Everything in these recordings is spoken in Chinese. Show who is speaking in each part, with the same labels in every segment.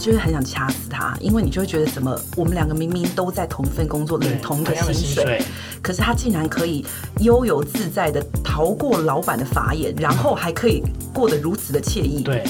Speaker 1: 就是很想掐死他，因为你就会觉得怎么我们两个明明都在同份工作领
Speaker 2: 对
Speaker 1: 同一个
Speaker 2: 同样的
Speaker 1: 薪
Speaker 2: 薪
Speaker 1: 水，
Speaker 2: 水，
Speaker 1: 可是他竟然可以悠游自在的逃过老板的法眼，然后还可以过得如此的惬意。，
Speaker 2: 对，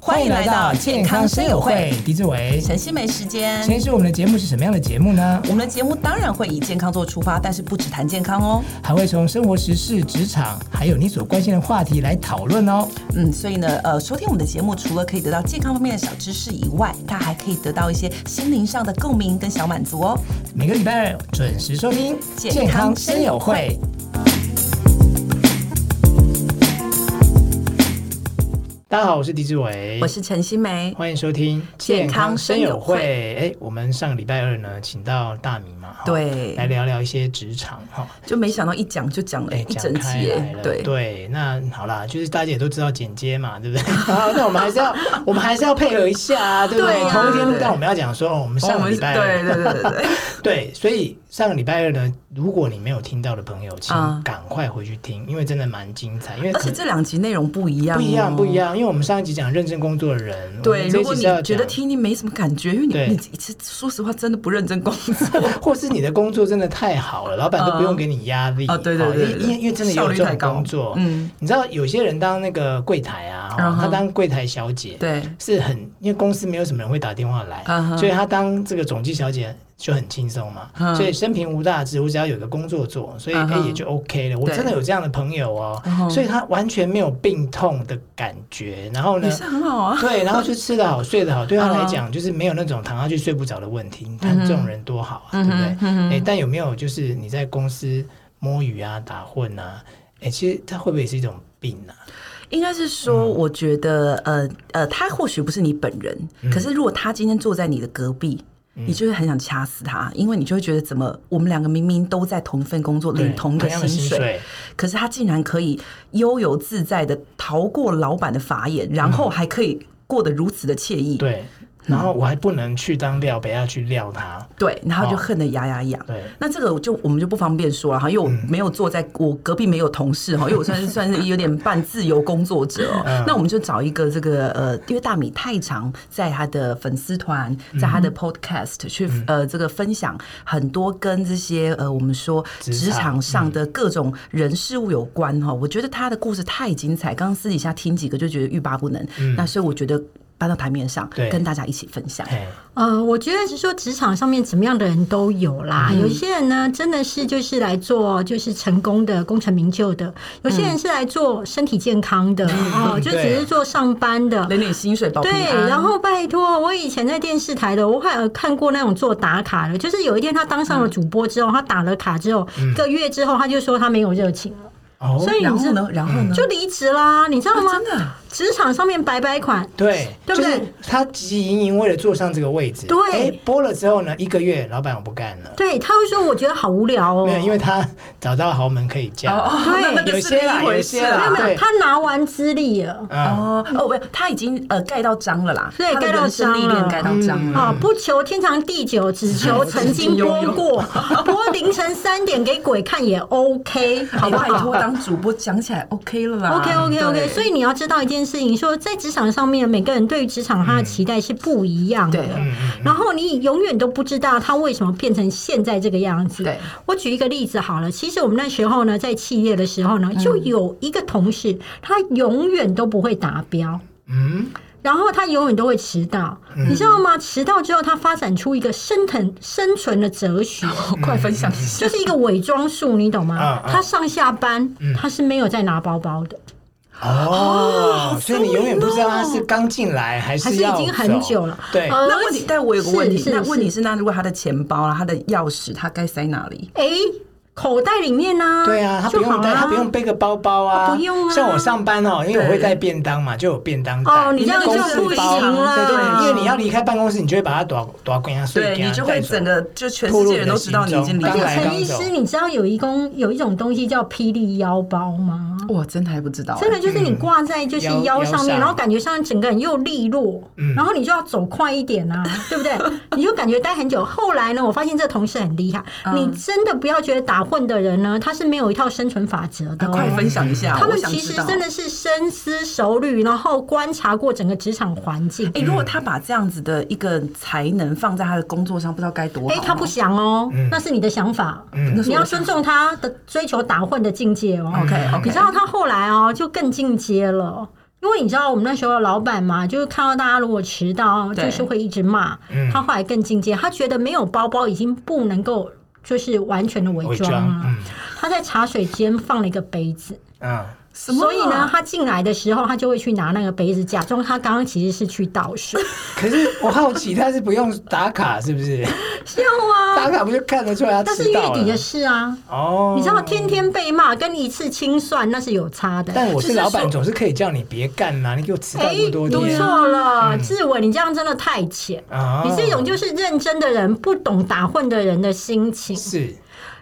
Speaker 1: 欢迎来到健康生友会，，
Speaker 2: 狄志伟。
Speaker 1: 晨曦没时间。
Speaker 2: 先是我们的节目是什么样的节目呢？
Speaker 1: 我们的节目当然会以健康做出发，但是不只谈健康哦。
Speaker 2: 还会从生活时事、职场，还有你所关心的话题来讨论哦。
Speaker 1: 嗯，所以呢，呃，收听我们的节目，除了可以得到健康方面的小知识以外，它还可以得到一些心灵上的共鸣跟小满足哦。
Speaker 2: 每个礼拜二准时收听
Speaker 1: 健康生友会。
Speaker 2: 大家好，我是狄志伟，
Speaker 1: 我是陈心梅，
Speaker 2: 欢迎收听
Speaker 1: 健康生友会
Speaker 2: 哎，我们上个礼拜二呢，请到大米嘛，哈
Speaker 1: 对
Speaker 2: 来聊聊一些职场哈。
Speaker 1: 就没想到一讲就讲了
Speaker 2: 哎，
Speaker 1: 一
Speaker 2: 讲
Speaker 1: 整
Speaker 2: 开
Speaker 1: 集
Speaker 2: 来
Speaker 1: 耶
Speaker 2: 了，
Speaker 1: 对，
Speaker 2: 对，那好啦，就是大家也都知道剪接嘛，对不 对？好那我们还是要，我们还是要配合一下啊，对不
Speaker 1: 对
Speaker 2: 对？
Speaker 1: 呀
Speaker 2: 同一天录，
Speaker 1: 对
Speaker 2: 但我们要讲说，哦，我们
Speaker 1: 我
Speaker 2: 上个
Speaker 1: 们
Speaker 2: 礼
Speaker 1: 是
Speaker 2: 拜
Speaker 1: 对
Speaker 2: 二
Speaker 1: 对对对对，
Speaker 2: 对，所以上个礼拜二呢，如果你没有听到的朋友，请
Speaker 1: 啊
Speaker 2: 赶快回去听，因为真的蛮精彩，因为
Speaker 1: 而且
Speaker 2: 可
Speaker 1: 这两集内容不一样、哦
Speaker 2: 不一样，不一。样，因为我们上一集讲认真工作的人，我
Speaker 1: 对，
Speaker 2: 们这
Speaker 1: 如
Speaker 2: 一
Speaker 1: 果
Speaker 2: 集
Speaker 1: 你
Speaker 2: 是要
Speaker 1: 觉得
Speaker 2: 讲
Speaker 1: 听你没什么感觉，因为
Speaker 2: 对
Speaker 1: 你你其实说实话真的不认真工 作，
Speaker 2: 或是你的工作真的太好了，老板都不用给你压力
Speaker 1: 啊对对
Speaker 2: 哦
Speaker 1: 对
Speaker 2: 因为因为因为真的
Speaker 1: 效
Speaker 2: 有
Speaker 1: 率
Speaker 2: 这
Speaker 1: 太
Speaker 2: 种
Speaker 1: 高
Speaker 2: 工作，
Speaker 1: 嗯，
Speaker 2: 你知道有些人当那个柜台啊，
Speaker 1: 嗯
Speaker 2: 哦
Speaker 1: 哼
Speaker 2: 他当柜台小姐，
Speaker 1: 对
Speaker 2: 是很因为公司没有什么人会打电话来
Speaker 1: 嗯哼，
Speaker 2: 所以他当这个总机小姐就很轻松嘛
Speaker 1: 嗯，
Speaker 2: 所以生平无大志，我只要有个工作做，所以
Speaker 1: 嗯
Speaker 2: 哎
Speaker 1: 哼
Speaker 2: 也就 OK 了。我
Speaker 1: 对
Speaker 2: 真的有这样的朋友哦
Speaker 1: 嗯哼，
Speaker 2: 所以他完全没有病痛的感觉，然后呢
Speaker 1: 也，是很好 啊。
Speaker 2: 对，然后就吃得好，睡得好，对他
Speaker 1: 嗯哼
Speaker 2: 来讲就是没有那种躺下去睡不着的问题。你看这种人多好啊，对
Speaker 1: 嗯
Speaker 2: 不
Speaker 1: 哼
Speaker 2: 对？
Speaker 1: 嗯哼
Speaker 2: 哎、但有没有就是你在公司摸鱼啊、打混啊？哎、其实它会不会也是一种病啊？
Speaker 1: 应该是
Speaker 2: 嗯
Speaker 1: 说，我觉得，呃呃，他或许不是你本人，
Speaker 2: 嗯
Speaker 1: 可是如果他今天坐在你的隔壁。你就会很想掐死他，因为你就会觉得怎么我们两个明明都在同份工作，
Speaker 2: 对
Speaker 1: 领同一个
Speaker 2: 同样的
Speaker 1: 薪
Speaker 2: 薪
Speaker 1: 水，
Speaker 2: 水，
Speaker 1: 可是他竟然可以悠游自在的逃过老板的法眼，然后还可以过得如此的惬意，
Speaker 2: 对，然后我还不能去当料杯要去料他，
Speaker 1: 对，然后就
Speaker 2: 哦
Speaker 1: 恨得牙牙痒。
Speaker 2: 对，
Speaker 1: 那这个我就我们就不方便说了哈，因为我
Speaker 3: 嗯
Speaker 1: 没有坐在我隔壁没有同事哈，因为我算 是算是有点半自由工作者哦、
Speaker 2: 嗯
Speaker 1: 那我们就找一个这个呃，因为大米太常在他的粉丝团，
Speaker 3: 嗯
Speaker 1: 在他的 podcast 去、呃这个分享很多跟这些呃我们说
Speaker 2: 职
Speaker 1: 职
Speaker 2: 场
Speaker 1: 场上
Speaker 3: 嗯
Speaker 1: 的各种人事物有关哈、我觉得他的故事太精彩，刚刚私底下听几个就觉得欲罢不能。
Speaker 3: 嗯
Speaker 1: 那所以我觉得搬到台面上
Speaker 2: 对
Speaker 1: 跟大家一起分享。
Speaker 2: 哎，
Speaker 3: 呃，我觉得是说职场上面什么样的人都有啦。有些人呢，真的是就是来做就是成功的、功成名就的；有些人是来做身体健康的，哦，就只是做上班的。
Speaker 1: 领领薪水保平
Speaker 3: 对
Speaker 1: 安，，
Speaker 3: 然后拜托，我以前在电视台的，我还有看过那种做打卡的，就是有一天他当上了主播之后，他打了卡之后，一个月之后他就说他没有热情了，
Speaker 2: 哦，
Speaker 3: 所以
Speaker 1: 然
Speaker 3: 你嗯
Speaker 1: 后
Speaker 3: 知
Speaker 1: 呢，然后呢，
Speaker 3: 就离职啦，你知道
Speaker 1: 嗯啊
Speaker 3: 吗？
Speaker 1: 真的啊
Speaker 3: 职场上面白白款，
Speaker 2: 对，
Speaker 3: 对
Speaker 2: 就
Speaker 3: 不对
Speaker 2: 是他汲汲营营为了坐上这个位置，
Speaker 3: 对
Speaker 2: 哎、播了之后呢，一个月老板我不干了，
Speaker 3: 对，他会说我觉得好无聊哦，
Speaker 2: 没有，因为他找到豪门可以嫁，
Speaker 1: 哦，
Speaker 3: 对
Speaker 1: 那那个
Speaker 2: 有
Speaker 1: 是
Speaker 2: 些
Speaker 1: 另
Speaker 2: 啦
Speaker 1: 一回
Speaker 2: 有
Speaker 1: 事
Speaker 2: 些
Speaker 1: 啦
Speaker 2: 啦
Speaker 3: 没有没
Speaker 2: 对
Speaker 3: 有，他拿完资历了。
Speaker 2: 啊，
Speaker 1: 哦哦，不，他已经呃盖到章了啦，
Speaker 3: 对
Speaker 1: 他的
Speaker 3: 盖到
Speaker 1: 人生历练
Speaker 3: 章了
Speaker 1: 盖到章了。
Speaker 3: 啊，不求天长地久，只求曾经播过，播凌晨三点给鬼看也 OK，好
Speaker 1: 好，啊
Speaker 3: 不
Speaker 1: 拜
Speaker 3: 好
Speaker 1: 托，当主播讲起来 OK 了啦。
Speaker 3: ？OK OK OK，所
Speaker 1: 以
Speaker 3: 以你要知道一件事情，说在职场上面，每个人对于职场他的期待是不一样的
Speaker 1: 对，嗯
Speaker 3: 然后你永远都不知道他为什么变成现在这个样子。
Speaker 1: 对，
Speaker 3: 我举一个例子好了，其实我们那时候呢，在企业的时候
Speaker 1: 嗯
Speaker 3: 呢，就有一个同事，他永远都不会达标。
Speaker 2: 嗯，
Speaker 3: 然后他永远都会迟到，你知道吗？迟到之后，他发展出一个生存生存的哲 学，
Speaker 1: 我快分享一下
Speaker 3: 就，是一个伪装术，你懂吗
Speaker 2: 嗯？嗯
Speaker 3: 他上下班
Speaker 2: 嗯
Speaker 3: 他是没有在拿包包的，
Speaker 2: 哦，所以你永远不知道他是刚进来还
Speaker 3: 啊还
Speaker 2: 是
Speaker 3: 是已
Speaker 2: 要
Speaker 3: 经很
Speaker 2: 走
Speaker 3: 久了。
Speaker 2: 对，
Speaker 3: 呃
Speaker 1: 嗯那问题，但我有个问题，
Speaker 3: 是
Speaker 1: 那问题
Speaker 3: 是
Speaker 1: 是，那如果他的钱包啦、他的钥匙，他该塞哪里？
Speaker 3: 哎，口袋里面呢？
Speaker 2: 对啊，他不
Speaker 3: 就好
Speaker 2: 用带，
Speaker 3: 啦
Speaker 2: 他不用背个包包啊，
Speaker 3: 不用啊
Speaker 2: 像我上班哦，因为我会
Speaker 1: 对
Speaker 2: 带便当嘛，就有便当袋。
Speaker 3: 哦你
Speaker 2: 因为
Speaker 3: 这样
Speaker 2: 公
Speaker 3: 就
Speaker 2: 司
Speaker 3: 不
Speaker 2: 包啊
Speaker 3: 行啦
Speaker 2: 对对，因为你要离开办公室，你就会把它躲躲给他睡
Speaker 1: 对
Speaker 2: 给它
Speaker 1: 你就会
Speaker 2: 带走
Speaker 1: 整个就全世界人都知道你已经离
Speaker 2: 暴
Speaker 3: 而
Speaker 2: 露你的行踪当
Speaker 3: 且
Speaker 2: 然
Speaker 1: 开。
Speaker 3: 陈医
Speaker 2: 刚走
Speaker 3: 师，你知道有一公有一种东西叫霹雳腰包吗？
Speaker 1: 我真的还不知道欸，
Speaker 3: 真的就是你挂在就是
Speaker 2: 腰
Speaker 3: 腰
Speaker 2: 腰
Speaker 3: 上
Speaker 2: 上
Speaker 3: 面，然后感觉上整个人又利落，
Speaker 1: 嗯
Speaker 3: 然后你就要走快一 点啊，
Speaker 1: 嗯
Speaker 3: 对不对？你就感觉待很久。后来呢，我发现这同事很厉害，你真的不要觉得打混的人呢，他是没有一套生存法则的、
Speaker 1: 啊快
Speaker 3: 哦。
Speaker 1: 分享一下，
Speaker 3: 他
Speaker 1: 我
Speaker 3: 们
Speaker 1: 想
Speaker 3: 其
Speaker 1: 知
Speaker 3: 实
Speaker 1: 道
Speaker 3: 真的是深思熟虑，然后观察过整个职场环境。
Speaker 1: 哎、如果他把这样子的一个才能放在他的工作上，不知道该多
Speaker 3: 哎、
Speaker 1: 好。嗯
Speaker 3: 他不想哦，那是你的想法，
Speaker 1: 那是
Speaker 3: 你
Speaker 1: 我
Speaker 3: 要尊重他的追求打混的境界哦。
Speaker 1: OK，OK
Speaker 3: 你知道他后来哦就更进阶了。因为你知道我们那时候的老板嘛，就是看到大家如果迟到，
Speaker 1: 对
Speaker 3: 就是会一直骂。
Speaker 2: 嗯
Speaker 3: 他后来更进阶，他觉得没有包包已经不能够就是完全的伪
Speaker 2: 伪
Speaker 3: 装啊
Speaker 2: 装
Speaker 3: 了。，
Speaker 2: 嗯
Speaker 3: 他在茶水间放了一个杯子，
Speaker 2: 啊，
Speaker 1: 什么啊
Speaker 3: 所以呢，他进来的时候，他就会去拿那个杯子，假装他刚刚其实是去倒 水。
Speaker 2: 可是我好奇他是不用打卡是不是？
Speaker 3: 笑啊！
Speaker 2: 打卡不就看得出来他
Speaker 3: 但是
Speaker 2: 迟
Speaker 3: 月
Speaker 2: 到
Speaker 3: 底的
Speaker 2: 了？
Speaker 3: 事啊，
Speaker 2: 哦
Speaker 3: 你知道天天被骂跟一次清算那是有差的。
Speaker 2: 但我
Speaker 1: 就是是
Speaker 2: 老板，
Speaker 1: 说
Speaker 2: 总是可以叫你别干嘛，你给我迟到
Speaker 3: 哎，
Speaker 2: 这么多
Speaker 3: 读
Speaker 2: 天嗯
Speaker 3: 错了，志伟，你这样真的太浅。
Speaker 2: 啊
Speaker 3: 你这种就是认真的人，不懂打混的人的心情，
Speaker 2: 是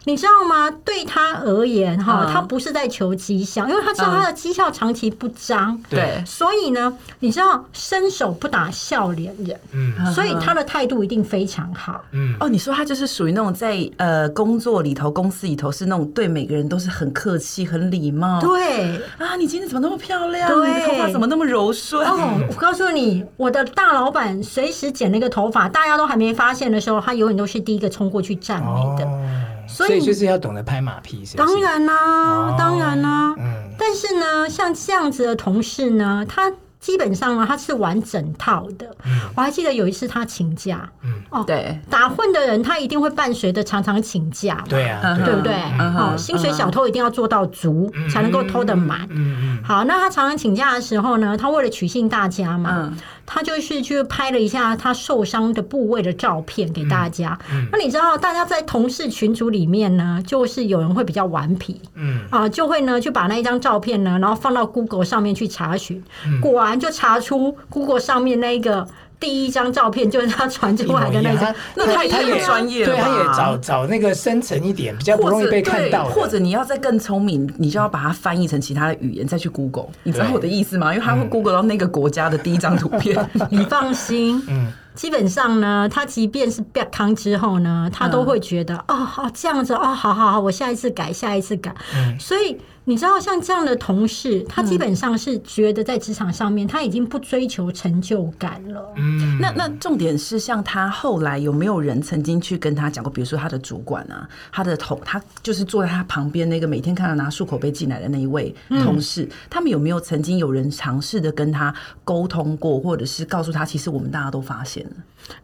Speaker 3: 你知道吗？对他而言，哈，
Speaker 1: 嗯
Speaker 3: 他不是在求绩效，因为他知道
Speaker 1: 嗯
Speaker 3: 他的绩效长期不彰，
Speaker 1: 对，
Speaker 3: 所以呢，你知道伸手不打笑脸人，
Speaker 2: 嗯
Speaker 3: 所以他的态度一定非常好。
Speaker 2: 嗯，
Speaker 1: 哦，你说他就是属于那种在呃工作里头、公司里头是那种对每个人都是很客气、很礼
Speaker 2: 哦
Speaker 1: 貌。
Speaker 3: 对，
Speaker 1: 啊，你今天怎么那么漂亮？
Speaker 3: 对
Speaker 1: 你的头发怎么那么柔
Speaker 2: 嗯
Speaker 1: 顺？
Speaker 3: 哦，我告诉你，我的大老板随时剪那个头发，大家都还没发现的时候，他永远都是第一个冲过去赞美的。
Speaker 2: 哦，
Speaker 3: 所
Speaker 2: 所
Speaker 3: 以
Speaker 2: 以就是要懂得拍马屁，是不是
Speaker 3: 当，然啦、
Speaker 2: 哦
Speaker 3: 当然啦、
Speaker 2: 嗯
Speaker 3: 但是呢，像这样子的同事呢，他基本上呢，他是玩整套的。
Speaker 1: 嗯
Speaker 3: 我还记得有一次他请假，
Speaker 2: 嗯
Speaker 3: 哦，
Speaker 1: 对，
Speaker 3: 打混的人他一定会伴随着常常请假嘛，
Speaker 2: 对啊，
Speaker 3: 对不对？
Speaker 1: 嗯
Speaker 3: 哦，
Speaker 1: 嗯
Speaker 3: 薪水小偷一定要做到足，才能够偷得满。
Speaker 2: 嗯嗯，
Speaker 3: 好，那他常常请假的时候呢，他为了取信大家嘛，
Speaker 1: 嗯
Speaker 3: 他就是去拍了一下他受伤的部位的照片给大家。
Speaker 1: 嗯
Speaker 3: 那你知道，大家在同事群组里面呢，就是有人会比较顽皮，
Speaker 2: 嗯
Speaker 3: 啊，就会呢去把那一张照片呢，然后放到 Google 上面去查询，
Speaker 2: 嗯
Speaker 3: 果然就查出 Google 上面那一个第一张照片就是他传出来的那
Speaker 2: 一模一
Speaker 3: 张
Speaker 2: 样，
Speaker 1: 那
Speaker 2: 他
Speaker 1: 太
Speaker 2: 他也
Speaker 1: 太专业了
Speaker 2: 对，
Speaker 1: 吧
Speaker 2: 他也找找那个深层一点，比较不容易被看到的，
Speaker 1: 或者对或者你要再更聪明，你就要把它翻译成其他的语言，再去 Google。你知道
Speaker 2: 对
Speaker 1: 我的意思吗？因为他
Speaker 2: 嗯
Speaker 1: 会 Google 到那个国家的第一张图片。
Speaker 3: 你放心。
Speaker 2: 嗯
Speaker 3: 基本上呢，他即便是被康之后呢，
Speaker 2: 嗯
Speaker 3: 他都会觉得、哦，好这样子哦，好好好，我下一次改，下一次改。
Speaker 2: 嗯
Speaker 3: 所以你知道，像这样的同事，他基本上是觉得在职场上面，他已经不追求成就感了。
Speaker 2: 嗯，
Speaker 1: 那那重点是，像他后来有没有人曾经去跟他讲过？比如说他的主管啊，他的同他就是坐在他旁边那个每天看到拿漱口杯进来的那一位同
Speaker 2: 嗯
Speaker 1: 事，他们有没有曾经有人尝试的跟他沟通过，或者是告诉他，其实我们大家都发现了，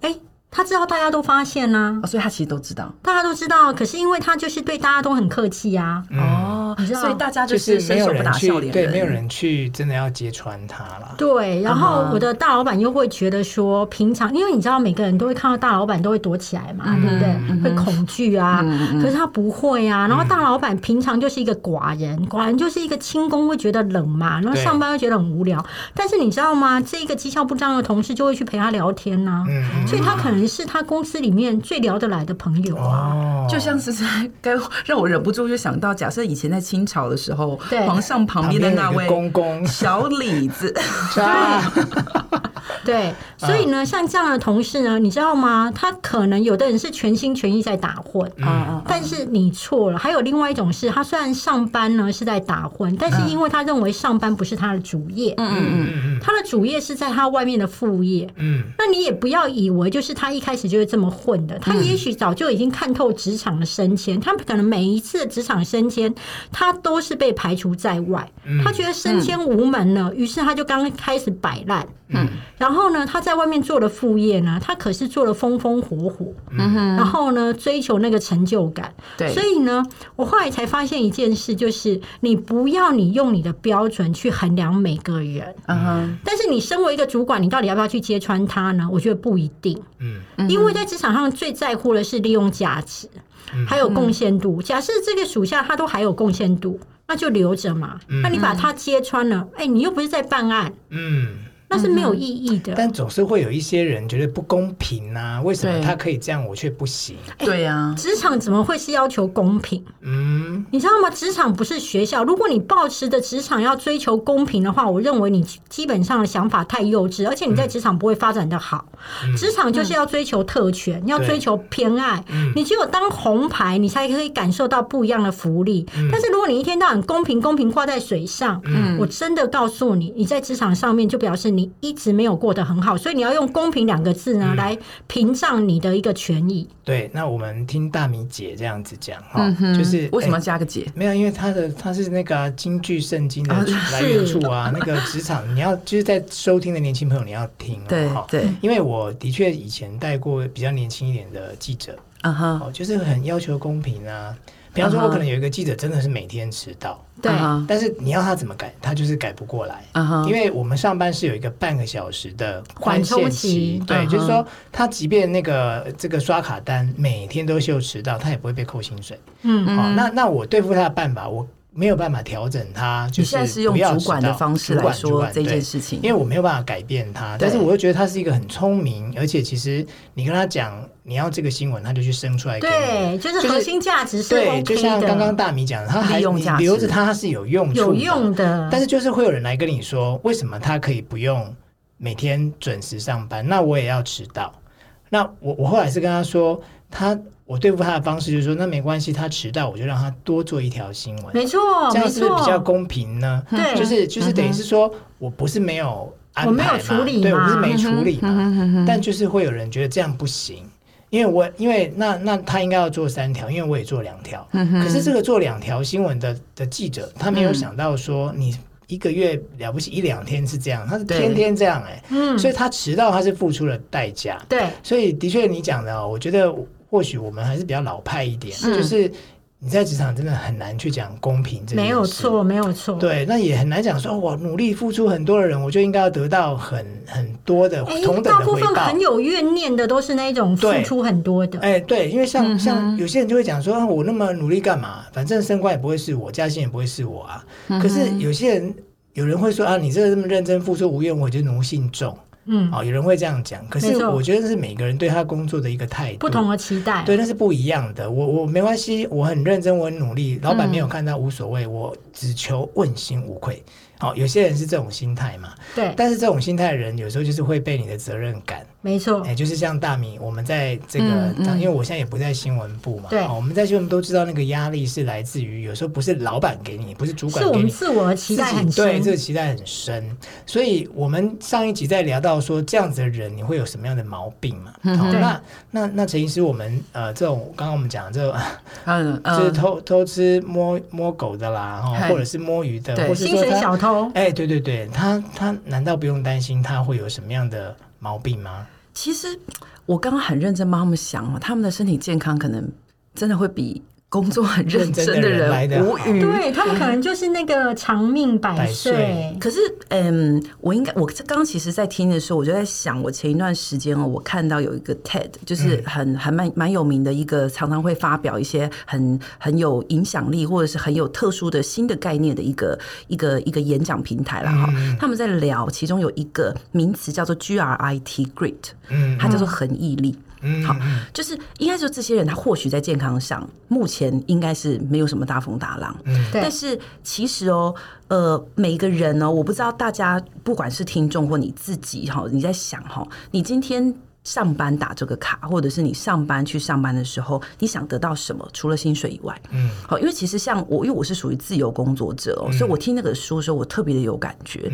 Speaker 3: 哎、他知道大家都发现啊啦、
Speaker 1: 哦所以他其实都知道。
Speaker 3: 大家都知道，可是因为他就是对大家都很客气啊。
Speaker 2: 嗯
Speaker 1: 哦
Speaker 3: 你知道
Speaker 1: 所以大家
Speaker 2: 就
Speaker 1: 就是
Speaker 2: 没
Speaker 1: 伸
Speaker 2: 有
Speaker 1: 手不
Speaker 2: 人
Speaker 1: 打
Speaker 2: 去
Speaker 1: 笑脸，
Speaker 2: 对，没有。人去真的要揭穿他啦。
Speaker 3: 对，然后
Speaker 1: 啊
Speaker 3: 我的大老板又会觉得说，平常因为你知道每个人都会看到大老板都会躲起来嘛，
Speaker 2: 嗯
Speaker 3: 对不对？会恐惧啊，可是他不会
Speaker 2: 嗯
Speaker 3: 啊。然后大老板平常就是一个寡人，寡人就是一个清宫会觉得冷嘛，然后
Speaker 2: 对
Speaker 3: 上班会觉得很无聊。但是你知道吗？这个绩效不彰的同事就会去陪他聊天呐、
Speaker 2: 嗯
Speaker 3: 所以他可能是他公司里面最聊得来的朋友啊。
Speaker 2: 哦，
Speaker 1: 就像是在跟让我忍不住就想到，假设以前在清朝的时候
Speaker 3: 对，
Speaker 1: 皇上旁边的那
Speaker 2: 旁边
Speaker 1: 位
Speaker 2: 有一个公公
Speaker 1: 小李 子，
Speaker 2: 啊
Speaker 3: 对，所以呢，像这样的同事呢，你知道吗？他可能有的人是全心全意在打混，
Speaker 2: 嗯
Speaker 1: 啊
Speaker 3: 但是你错了。还有另外一种是，他虽然上班呢是在打混，但是因为他认为上班不是他的主业，
Speaker 2: 嗯嗯
Speaker 3: 他的主业是在他外面的副业。
Speaker 2: 嗯
Speaker 3: 那你也不要以为就是他一开始就是这么混的，他也许早就已经看透职场的升迁，他可能每一次的职场升迁，他都是被排除在外，他觉得升迁无门了，于是他就刚开始摆烂。嗯，然后呢，他在外面做了副业呢，他可是做了风风火火，嗯、然后呢，追求那个成就感。
Speaker 1: 对
Speaker 3: 所以呢，我后来才发现一件事，就是你不要你用你的标准去衡量每个人。
Speaker 1: 嗯哼，
Speaker 3: 但是你身为一个主管，你到底要不要去揭穿他呢？我觉得不一定，
Speaker 2: 嗯
Speaker 3: 因为在职场上最在乎的是利用价值，还有贡献度。假设这个属下他都还有贡献度，那就留着嘛。那你把他揭穿了，哎，你又不是在办案，
Speaker 2: 嗯
Speaker 3: 那是没有意义的。
Speaker 2: 但总是会有一些人觉得不公平啊，为什么
Speaker 1: 对
Speaker 2: 他可以这样，我却不行？
Speaker 1: 对呀，
Speaker 3: 职场怎么会是要求公平？
Speaker 2: 嗯，
Speaker 3: 你知道吗？职场不是学校。如果你抱持的职场要追求公平的话，我认为你基本上的想法太幼稚，而且你在职场不会发展的好。职场就是要追求特权，你要追求偏爱。你只有当红牌，你才可以感受到不一样的福利。但是如果你一天到晚公平公平挂在水上，我真的告诉你，你在职场上面就表示你一直没有过得很好。所以你要用公平两个字呢，来屏障你的一个权益。
Speaker 2: 对。那我们听大米姐这样子讲哈，就是
Speaker 1: 嗯为什么要
Speaker 2: 哎
Speaker 1: 加个姐？
Speaker 2: 没有，因为他的他是那个啊京剧圣经的
Speaker 1: 啊
Speaker 2: 来源处啊，那个职场你要就是在收听的年轻朋友你要听、哦，
Speaker 1: 对
Speaker 2: 哈
Speaker 1: 对，
Speaker 2: 因为我的确以前带过比较年轻一点的记者，
Speaker 1: 啊哈，
Speaker 2: 哦，就是很要求公平啊。比方
Speaker 1: 嗯
Speaker 2: 说，
Speaker 1: 哼
Speaker 2: 我可能有一个记者真的是每天迟到，
Speaker 3: 对。
Speaker 1: 啊哈
Speaker 2: 但是你要他怎么改，他就是改不过来。
Speaker 1: 啊哈
Speaker 2: 嗯因，为我们上班是有一个半个小时的
Speaker 3: 缓
Speaker 2: 宽
Speaker 3: 冲
Speaker 2: 限
Speaker 3: 期
Speaker 2: 期，对，
Speaker 1: 嗯
Speaker 2: 就是说他即便那个这个刷卡单每天都秀迟到，他也不会被扣薪水。
Speaker 3: 嗯
Speaker 2: 好，那那我对付他的办法，我没有办法调整他，就
Speaker 1: 你现在是
Speaker 2: 是
Speaker 1: 用
Speaker 2: 不要
Speaker 1: 主
Speaker 2: 迟
Speaker 1: 管的
Speaker 2: 到
Speaker 1: 方式
Speaker 2: 主
Speaker 1: 来
Speaker 2: 管主
Speaker 1: 说
Speaker 2: 管
Speaker 1: 这件
Speaker 2: 对
Speaker 1: 事情，
Speaker 2: 因为我没有办法改变他，
Speaker 1: 对
Speaker 2: 但是我又觉得他是一个很聪明，而且其实你跟他讲你要这个新闻，他就去生出来给你。
Speaker 3: 对，就是核心价值是
Speaker 2: 对，
Speaker 3: OK
Speaker 2: 就像
Speaker 3: 的，
Speaker 2: 刚刚大米讲的，他还
Speaker 1: 利用
Speaker 2: 你
Speaker 1: 价值
Speaker 2: 留着他它是有用处
Speaker 3: 有用的。
Speaker 2: 但是就是会有人来跟你说，为什么他可以不用每天准时上班，那我也要迟到？那我我后来是跟他说，他我对付他的方式就是说，那没关系，他迟到我就让他多做一条新闻，
Speaker 3: 没错，
Speaker 2: 这
Speaker 3: 哦没
Speaker 2: 样是不是比较
Speaker 3: 错，
Speaker 2: 公平呢？
Speaker 3: 对嗯
Speaker 2: 就是就是等于是说我不是没有安排嘛
Speaker 3: 我没有处理嘛
Speaker 2: 对我不是没处理嘛，
Speaker 1: 嗯哼
Speaker 2: 但就是会有人觉得这样不行。因为我因为那那他应该要做三条，因为我也做两条。
Speaker 3: 嗯
Speaker 2: 可是这个做两条新闻的的记者，他没有想到说你一个月了不起一两天是这样，他是
Speaker 1: 对
Speaker 2: 天天这样哎、
Speaker 3: 嗯，
Speaker 2: 所以他迟到他是付出了代价。
Speaker 3: 对，
Speaker 2: 所以的确你讲的哦，我觉得或许我们还是比较老派一点，
Speaker 1: 是
Speaker 2: 就是你在职场真的很难去讲公平这件事。
Speaker 3: 没有错，没有错。
Speaker 2: 对，那也很难讲说，哦我努力付出很多的人，我就应该要得到很很多的
Speaker 3: 哎，
Speaker 2: 同等
Speaker 3: 大
Speaker 2: 的
Speaker 3: 部
Speaker 2: 回
Speaker 3: 分
Speaker 2: 报
Speaker 3: 很。有怨念的都是那一种付
Speaker 2: 对
Speaker 3: 出很多的，
Speaker 2: 哎、对，因为
Speaker 3: 嗯
Speaker 2: 像、像有些人就会讲说，啊我那么努力干嘛？反正升官也不会是我，加薪也不会是我啊。
Speaker 3: 嗯
Speaker 2: 可是有些人，有人会说啊，你这这么认真付出无怨，我就奴性重。
Speaker 3: 嗯，
Speaker 2: 哦，有人会这样讲。可
Speaker 3: 没
Speaker 2: 是
Speaker 3: 错
Speaker 2: 我觉得是每个人对他工作的一个态度
Speaker 3: 不同的期待。
Speaker 2: 对，那是不一样的。我我没关系，我很认真，我很努力，老板没有
Speaker 3: 嗯
Speaker 2: 看到无所谓，我只求问心无愧。好、有些人是这种心态嘛，
Speaker 3: 对，
Speaker 2: 但是这种心态的人有时候就是会被你的责任感，
Speaker 3: 没错
Speaker 2: 哎、，就是像大米，我们在这个，
Speaker 1: 嗯嗯
Speaker 2: 因为我现在也不在新闻部嘛，
Speaker 3: 对
Speaker 2: 哦我们在新闻部都知道那个压力是来自于有时候不是老板给你，不是主管
Speaker 3: 是我
Speaker 2: 给
Speaker 3: 们
Speaker 2: 你。
Speaker 3: 自我的期
Speaker 2: 自
Speaker 3: 待
Speaker 2: 己
Speaker 3: 很
Speaker 2: 对
Speaker 3: 深
Speaker 2: 这。个期待很深，所以我们上一集在聊到说这样子的人你会有什么样的毛病嘛？好，
Speaker 3: 嗯对
Speaker 2: 那那那陈医师，我们呃这种刚刚我们讲的这种
Speaker 1: 嗯
Speaker 2: 就是
Speaker 1: 嗯，
Speaker 2: 偷偷吃摸摸狗的啦，哦
Speaker 1: 嗨
Speaker 2: 或者是摸鱼的，
Speaker 1: 对
Speaker 2: 或是
Speaker 3: 薪
Speaker 2: 说
Speaker 3: 水
Speaker 2: 他，
Speaker 3: 小偷，
Speaker 2: 哎，对对对，他他难道不用担心他会有什么样的毛病吗？
Speaker 1: 其实我刚刚很认真帮他们想哦，他们的身体健康可能真的会比工作很认真
Speaker 2: 认真的人来得
Speaker 1: 人
Speaker 2: 好
Speaker 1: 无语。
Speaker 3: 对他们可能就是那个长命百
Speaker 2: 嗯百
Speaker 3: 岁
Speaker 2: 岁。
Speaker 1: 可是，嗯，我应该，我刚刚其实，在听的时候，我就在想，我前一段时间哦，我看到有一个 TED，就是很还蛮蛮有名的一个，常常会发表一些很很有影响力或者是很有特殊的新的概念的一个一个一个演讲平台啦。哈、他们在聊，其中有一个名词叫做 GRIT GRIT，
Speaker 2: 嗯
Speaker 1: 它叫做恒毅力。
Speaker 2: 嗯，
Speaker 1: 好
Speaker 2: 嗯
Speaker 1: 就是应该说，这些人他或许在健康上目前应该是没有什么大风大浪，
Speaker 2: 嗯
Speaker 3: 对
Speaker 1: 但是其实哦，呃，每一个人哦，我不知道大家不管是听众或你自己哈、你在想哈、你今天。上班打这个卡，或者是你上班去上班的时候，你想得到什么？除了薪水以外，
Speaker 2: 嗯，
Speaker 1: 好，因为其实像我，因为我是属于自由工作者哦，所以我听那个书的时候，我特别的有感觉。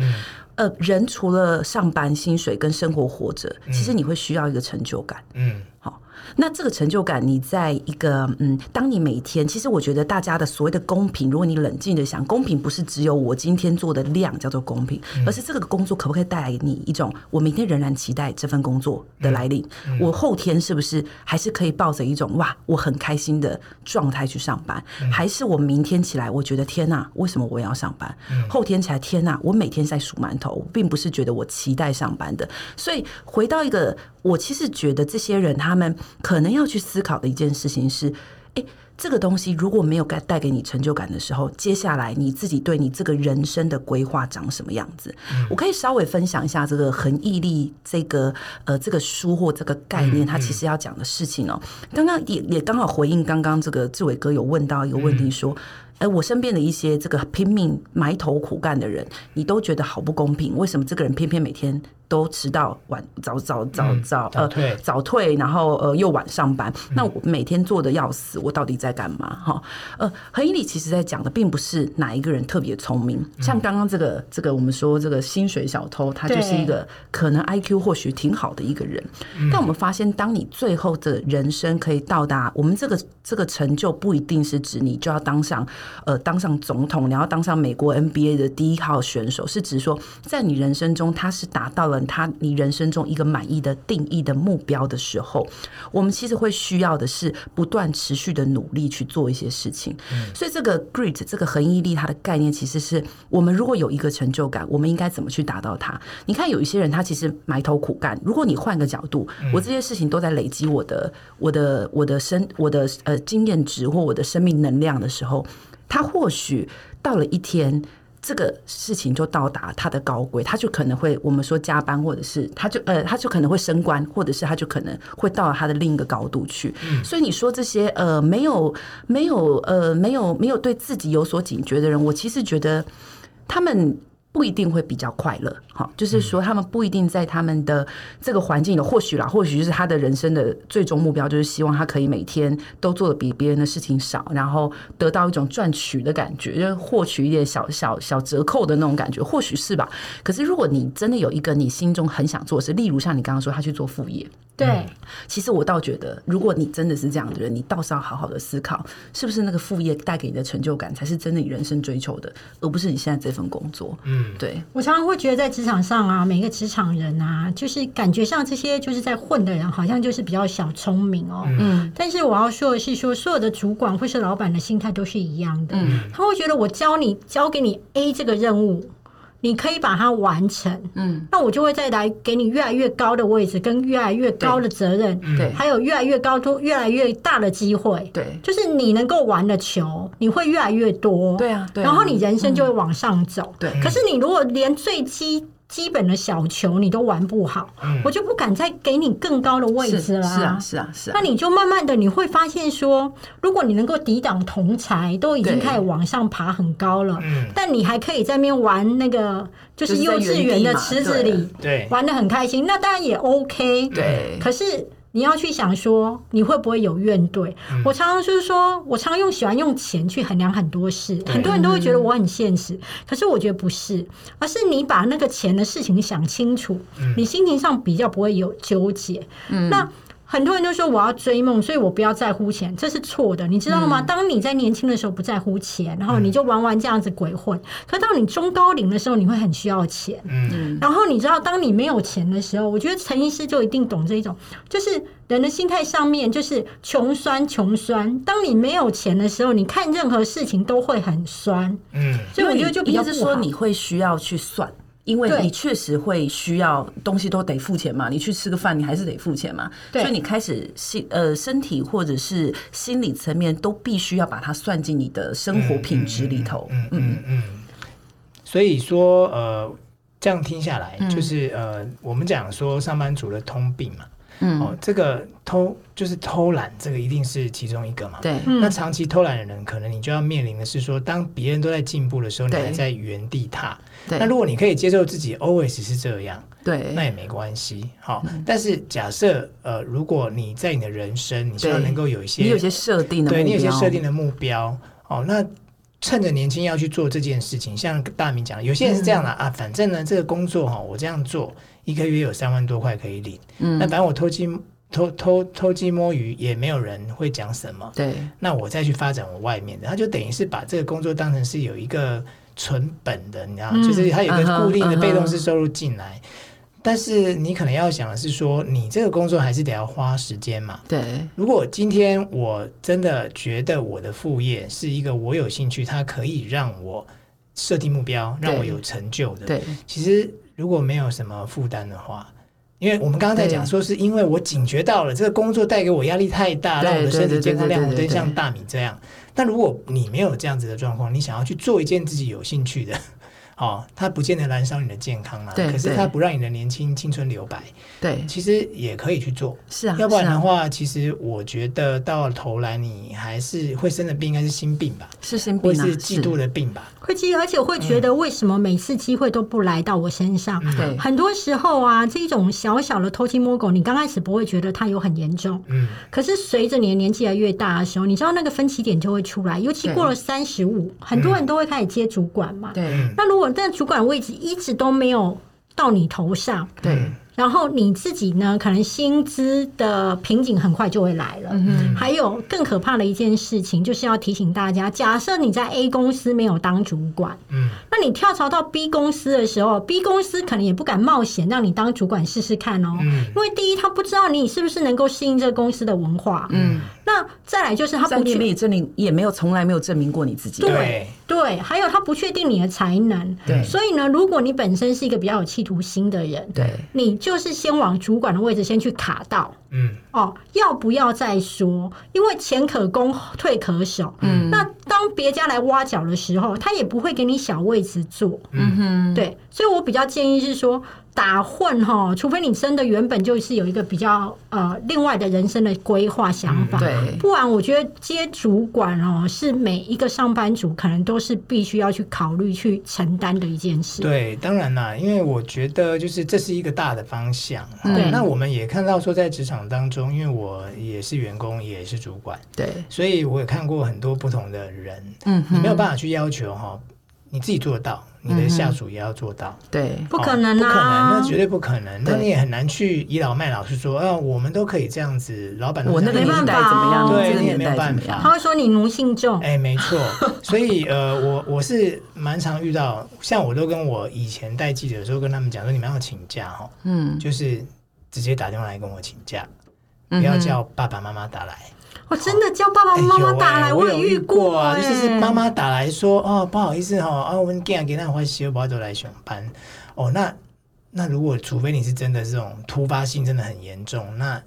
Speaker 1: 呃，人除了上班、薪水跟生活活着，其实你会需要一个成就感。
Speaker 2: 嗯
Speaker 1: 好，那这个成就感，你在一个嗯，当你每天，其实我觉得大家的所谓的公平，如果你冷静的想，公平不是只有我今天做的量叫做公平，而是这个工作可不可以带来你一种，我明天仍然期待这份工作的来临，我后天是不是还是可以抱着一种哇，我很开心的状态去上班，还是我明天起来，我觉得天呐，为什么我要上班？后天起来，天呐，我每天在数馒头，我并不是觉得我期待上班的，所以回到一个。我其实觉得这些人他们可能要去思考的一件事情是，诶，这个东西如果没有带带给你成就感的时候，接下来你自己对你这个人生的规划长什么样子？
Speaker 2: 嗯
Speaker 1: 我可以稍微分享一下这个恒毅力这个呃这个书或这个概
Speaker 2: 嗯
Speaker 1: 念，它其实要讲的事情哦。刚刚也也刚好回应刚刚这个志伟哥有问到一个
Speaker 2: 嗯
Speaker 1: 问题说。哎，我身边的一些这个拼命埋头苦干的人，你都觉得好不公平。为什么这个人偏偏每天都迟到晚早早早
Speaker 2: 嗯
Speaker 1: 早呃
Speaker 2: 早退
Speaker 1: 早退，然后呃又晚上班？那我每天做的要死，我到底在干嘛？哈，呃，何以里其实在讲的并不是哪一个人特别聪明，像刚刚这个这个我们说这个薪水小偷，他就是一个可能 IQ 或许挺好的一个人，但我们发现，当你最后的人生可以到达我们这个这个成就，不一定是指你就要当上呃当上总统，你要当上美国 NBA 的第一号选手，是指说在你人生中，他是达到了他你人生中一个满意的定义的目标的时候，我们其实会需要的是不断持续的努力去做一些事情。所以这个 grit 这个恒毅力，它的概念其实是我们如果有一个成就感，我们应该怎么去达到它？你看有一些人他其实埋头苦干，如果你换个角度，我这些事情都在累积我的我的我的生我的呃经验值或我的生命能量的时候，他或许到了一天。这个事情就到达他的高规，他就可能会我们说加班，或者是他就呃，他就可能会升官，或者是他就可能会到他的另一个高度去。所以你说这些呃没有没有呃没有没有对自己有所警觉的人，我其实觉得他们。不一定会比较快乐，好，就是说他们不一定在他们的这个环境里，或许啦，或许就是他的人生的最终目标，就是希望他可以每天都做的比别人的事情少，然后得到一种赚取的感觉，就是获取一点小小小折扣的那种感觉，或许是吧。可是如果你真的有一个你心中很想做的事，例如像你刚刚说他去做副业，
Speaker 2: 嗯
Speaker 3: 对，
Speaker 1: 其实我倒觉得，如果你真的是这样的人，你倒是要好好的思考，是不是那个副业带给你的成就感，才是真的你人生追求的，而不是你现在这份工作。
Speaker 2: 嗯，
Speaker 1: 对，
Speaker 3: 我常常会觉得在职场上啊，每一个职场人啊，就是感觉上这些就是在混的人，好像就是比较小聪明哦。
Speaker 1: 嗯，
Speaker 3: 但是我要说的是说，所有的主管或是老板的心态都是一样的，
Speaker 1: 嗯
Speaker 3: 他会觉得我教你交给你 A 这个任务，你可以把它完成，
Speaker 1: 嗯，
Speaker 3: 那我就会再来给你越来越高的位置，跟越来越高的责任，
Speaker 1: 对
Speaker 3: 还有越来越高多、越来越大的机会。
Speaker 1: 对，
Speaker 3: 就是你能够玩的球，你会越来越多。
Speaker 1: 对啊对啊
Speaker 3: 然后你人生就会往上走。
Speaker 1: 对
Speaker 3: 可是你如果连最基基本的小球你都玩不好，我就不敢再给你更高的位
Speaker 1: 是
Speaker 3: 置
Speaker 1: 嗯是
Speaker 3: 啦。
Speaker 1: 啊，是啊，是啊
Speaker 3: 那，你就慢慢的你会发现说，如果你能够抵挡同才都已经
Speaker 1: 对
Speaker 3: 开始往上爬很高了，
Speaker 2: 嗯
Speaker 3: 但你还可以在那边玩那个就是
Speaker 1: 就是
Speaker 3: 幼
Speaker 1: 在
Speaker 3: 稚
Speaker 1: 原
Speaker 3: 园
Speaker 1: 地
Speaker 3: 的
Speaker 1: 嘛
Speaker 3: 池子
Speaker 1: 对
Speaker 3: 里
Speaker 2: 对，
Speaker 3: 玩的很开心，那当然也 OK。
Speaker 1: 对，
Speaker 3: 可是你要去想说，你会不会有怨怼？我常常就是说，我常用喜欢用钱去衡量很多事，很多人都会觉得我很现实，可是我觉得不是，而是你把那个钱的事情想清楚，你心情上比较不会有纠结。那很多人就说我要追梦，所以我不要在乎钱，这是错的，你知道吗？当你在年轻的时候不在乎钱，然后你就玩玩这样子鬼混，可到你中高龄的时候，你会很需要钱。
Speaker 2: 嗯
Speaker 3: 然后你知道，当你没有钱的时候，我觉得陈医师就一定懂这一种，就是人的心态上面就是穷酸穷酸。当你没有钱的时候，你看任何事情都会很酸，
Speaker 2: 嗯
Speaker 3: 所以我觉得就比
Speaker 1: 应
Speaker 3: 较
Speaker 1: 该
Speaker 3: 不
Speaker 1: 是
Speaker 3: 好。
Speaker 1: 说你会需要去算。因为
Speaker 3: 对
Speaker 1: 你确实会需要东西都得付钱嘛，你去吃个饭你还是得付钱嘛，
Speaker 3: 对
Speaker 1: 所以你开始心呃身体或者是心理层面都必须要把它算进你的生活品质里头。
Speaker 2: 嗯嗯嗯。所以说，呃，这样听下
Speaker 1: 嗯
Speaker 2: 来，就是呃，我们讲说上班族的通病嘛，
Speaker 1: 嗯
Speaker 2: 哦，这个偷就是偷懒，这个一定是其中一个嘛。
Speaker 1: 对，
Speaker 3: 嗯
Speaker 2: 那长期偷懒的人，可能你就要面临的是说，当别人都在进步的时候，你
Speaker 1: 对
Speaker 2: 还在原地踏。
Speaker 1: 对
Speaker 2: 那如果你可以接受自己 always 是这样，
Speaker 1: 对，嗯
Speaker 2: 那也没关系。好、但是假设呃，如果你在你的人生，你希望
Speaker 1: 对
Speaker 2: 能够有一些
Speaker 1: 你有一些设定的目标，
Speaker 2: 对你有些设定嗯的目标哦，那趁着年轻要去做这件事情，像大明讲的，有些人是这样的、
Speaker 1: 嗯
Speaker 2: 啊，反正呢这个工作哈、我这样做一个月有三万多块可以领，
Speaker 1: 嗯
Speaker 2: 那反正我偷鸡偷偷偷鸡摸鱼也没有人会讲什么，
Speaker 1: 对
Speaker 2: 那我再去发展我外面的，他就等于是把这个工作当成是有一个存本的，你知道，吗？就是它有一
Speaker 1: 嗯
Speaker 2: 个
Speaker 1: 哼
Speaker 2: 固定
Speaker 1: 嗯
Speaker 2: 的
Speaker 1: 哼
Speaker 2: 被动式收入进来。但是你可能要想的是说，你这个工作还是得要花时间嘛。
Speaker 1: 对
Speaker 2: 如果今天我真的觉得我的副业是一个我有兴趣，它可以让我设定目标，
Speaker 1: 对
Speaker 2: 让我有成就的，
Speaker 1: 对
Speaker 2: 其实如果没有什么负担的话，因因为我们刚刚在讲说，是因为我警觉到了这个工作带给我压力太大，
Speaker 1: 对
Speaker 2: 让我的身体
Speaker 1: 对对
Speaker 2: 健
Speaker 1: 对
Speaker 2: 康
Speaker 1: 对
Speaker 2: 量我
Speaker 1: 对
Speaker 2: 登
Speaker 1: 对
Speaker 2: 像大米这样。但如果你没有这样子的状况，你想要去做一件自己有兴趣的， 哦，它不见得燃烧你的健康啦，
Speaker 1: 对
Speaker 2: 可是
Speaker 1: 对
Speaker 2: 它不让你的年轻青春留白，
Speaker 1: 对，
Speaker 2: 其实也可以去做。
Speaker 1: 是啊，
Speaker 2: 要不然
Speaker 1: 是
Speaker 2: 的
Speaker 1: 啊
Speaker 2: 话，其实我觉得到头来你还是会生的病，应该是心病吧，
Speaker 1: 是心
Speaker 2: 或
Speaker 1: 病啊，
Speaker 2: 是嫉妒的病吧。
Speaker 3: 会记，而且会觉得为什么每次机会都不来到我身上？
Speaker 2: 嗯
Speaker 1: 对
Speaker 3: 很多时候啊，这种小小的偷鸡摸狗，你刚开始不会觉得它有很严重，
Speaker 2: 嗯，
Speaker 3: 可是随着你的年纪越来越大的时候，你知道那个分歧点就会出来，尤其
Speaker 1: 对
Speaker 3: 过了三十五，很多人都会开始接主管
Speaker 2: 嗯
Speaker 3: 嘛。
Speaker 1: 对
Speaker 3: 那如果但主管位置一直都没有到你头上，
Speaker 2: 嗯
Speaker 1: 对，
Speaker 3: 然后你自己呢，可能薪资的瓶颈很快就会来了。
Speaker 1: 嗯
Speaker 3: 还有更可怕的一件事情，就是要提醒大家：假设你在 A 公司没有当主管，
Speaker 2: 嗯，
Speaker 3: 那你跳槽到 B 公司的时候，B 公司可能也不敢冒险让你当主管试试看哦。
Speaker 2: 嗯
Speaker 3: 因为第一，他不知道你是不是能够适应这个公司的文化。
Speaker 1: 嗯，
Speaker 3: 那再来就是他
Speaker 1: 在
Speaker 3: 不
Speaker 1: 你
Speaker 3: 确
Speaker 1: 面也证明也没有从来没有证明过你自己，
Speaker 2: 对，
Speaker 3: 对，还有他不确定你的才能。
Speaker 1: 对
Speaker 3: 所以呢，如果你本身是一个比较有企图心的人，
Speaker 1: 对
Speaker 3: 你就是先往主管的位置先去卡到。
Speaker 2: 嗯
Speaker 3: 哦，要不要再说？因为前可攻，退可守。
Speaker 1: 嗯
Speaker 3: 那当别家来挖角的时候，他也不会给你小位置坐。
Speaker 1: 嗯哼，
Speaker 3: 对，所以我比较建议是说，打混哈，除非你真的原本就是有一个比较呃另外的人生的规划想法。
Speaker 1: 对
Speaker 3: 不然，我觉得接主管哦，是每一个上班族可能都是必须要去考虑、去承担的一件事。
Speaker 2: 对，当然啦，因为我觉得就是这是一个大的方向。
Speaker 3: 对
Speaker 2: 那我们也看到说，在职场当中，因为我也是员工，也是主管，
Speaker 1: 对，
Speaker 2: 所以我也看过很多不同的人，
Speaker 1: 嗯
Speaker 2: 你没有
Speaker 1: 哼，嗯
Speaker 2: 办法去要求哈，你自己做得到，你的下属也要做到。
Speaker 1: 对
Speaker 3: 不可能
Speaker 2: 不可能，
Speaker 3: 啊！
Speaker 2: 那绝对不可能。那
Speaker 1: 对
Speaker 2: 你也很难去倚老卖老，是说啊，我们都可以这样子，老板都
Speaker 1: 我
Speaker 2: 这
Speaker 1: 那
Speaker 2: 样
Speaker 1: 个
Speaker 2: 子
Speaker 1: 年
Speaker 3: 没办
Speaker 1: 代
Speaker 3: 法
Speaker 1: 怎么样，
Speaker 3: 哦
Speaker 1: 这
Speaker 2: 对
Speaker 1: 个
Speaker 2: 你也
Speaker 1: 年
Speaker 2: 没有
Speaker 1: 代
Speaker 2: 办
Speaker 1: 怎么
Speaker 2: 法
Speaker 3: 他
Speaker 1: 样？
Speaker 3: 会说你奴性重，
Speaker 2: 哎，没错，所以呃，我我是蛮常遇到，像我都跟我以前带记者的时候跟他们讲说，你们要请假哈，
Speaker 1: 嗯，
Speaker 2: 就是直接打电话来跟我请假，不要叫爸爸妈妈打来。
Speaker 3: 我真的叫爸爸
Speaker 2: 哎
Speaker 3: 妈妈
Speaker 2: 有
Speaker 3: 打
Speaker 2: 哎
Speaker 3: 来，
Speaker 2: 我
Speaker 3: 也
Speaker 2: 有
Speaker 3: 遇
Speaker 2: 过啊，
Speaker 3: 哎
Speaker 2: 就是妈妈打来说哦，不好意思哈，啊，我们今天给那欢喜，我都来上班。哦，那那如果除非你是真的这种突发性真的很严重，那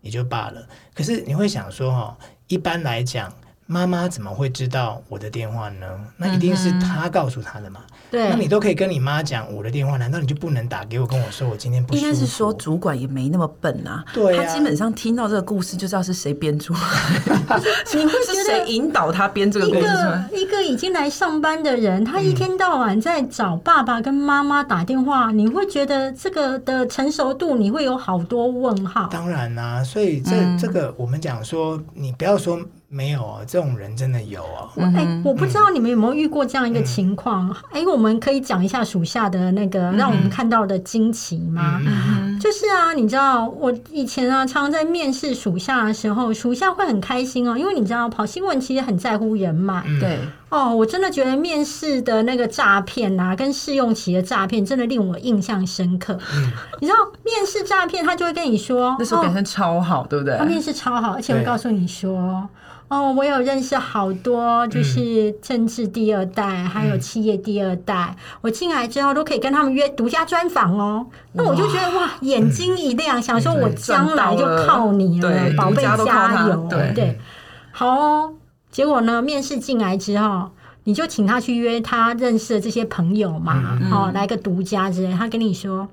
Speaker 2: 也就罢了。可是你会想说哦，一般来讲。妈妈怎么会知道我的电话呢？那一定是她告诉她的嘛。
Speaker 3: 对，
Speaker 2: 那你都可以跟你妈讲我的电话，难道你就不能打给我跟我说我今天不舒
Speaker 1: 应
Speaker 2: 服？
Speaker 1: 该是说主管也没那么笨啊，
Speaker 2: 对啊
Speaker 1: 他基本上听到这个故事就知道是谁编出来的，是谁引导他编这个
Speaker 3: 一
Speaker 1: 故事出来
Speaker 3: 个？一个已经来上班的人，他一天到晚在找爸爸跟妈妈打电话，你会觉得这个的成熟度，你会有好多问
Speaker 1: 哦
Speaker 3: 号。
Speaker 2: 当然啦、所以这、
Speaker 1: 嗯
Speaker 2: 这个我们讲说，你不要说没有哦，这种人真的有哦。
Speaker 3: 哎、我不知道你们有没有遇过这样一个情况？哎、我们可以讲一下属下的那个让我们看到的惊奇吗？
Speaker 2: 嗯
Speaker 1: 嗯
Speaker 3: 就是啊，你知道我以前啊，常常在面试属下的时候，属下会很开心哦，因为你知道跑新闻其实很在乎人脉，
Speaker 2: 嗯
Speaker 1: 对，
Speaker 3: 哦，我真的觉得面试的那个诈骗啊，跟试用期的诈骗，真的令我印象深刻。你知道面试诈骗，他就会跟你说，
Speaker 1: 那时候表
Speaker 3: 哦，
Speaker 1: 现超好，对不对
Speaker 3: 他？面试超好，而且会
Speaker 2: 对
Speaker 3: 告诉你说，哦，我有认识好多就是政治第二代，还有企业第二代，我进来之后都可以跟他们约独家专访哦。那我就觉得哇，眼睛一亮，想说我
Speaker 1: 对
Speaker 3: 将来就
Speaker 1: 赚到了
Speaker 3: 靠你了，
Speaker 1: 对
Speaker 3: 宝贝
Speaker 1: 独家都靠
Speaker 3: 加
Speaker 1: 他
Speaker 3: 油，
Speaker 1: 对
Speaker 3: 对。好哦，结果呢，面试进来之后，你就请他去约他认识的这些朋友嘛，
Speaker 1: 嗯
Speaker 3: 哦，来个独家之类。他跟你说，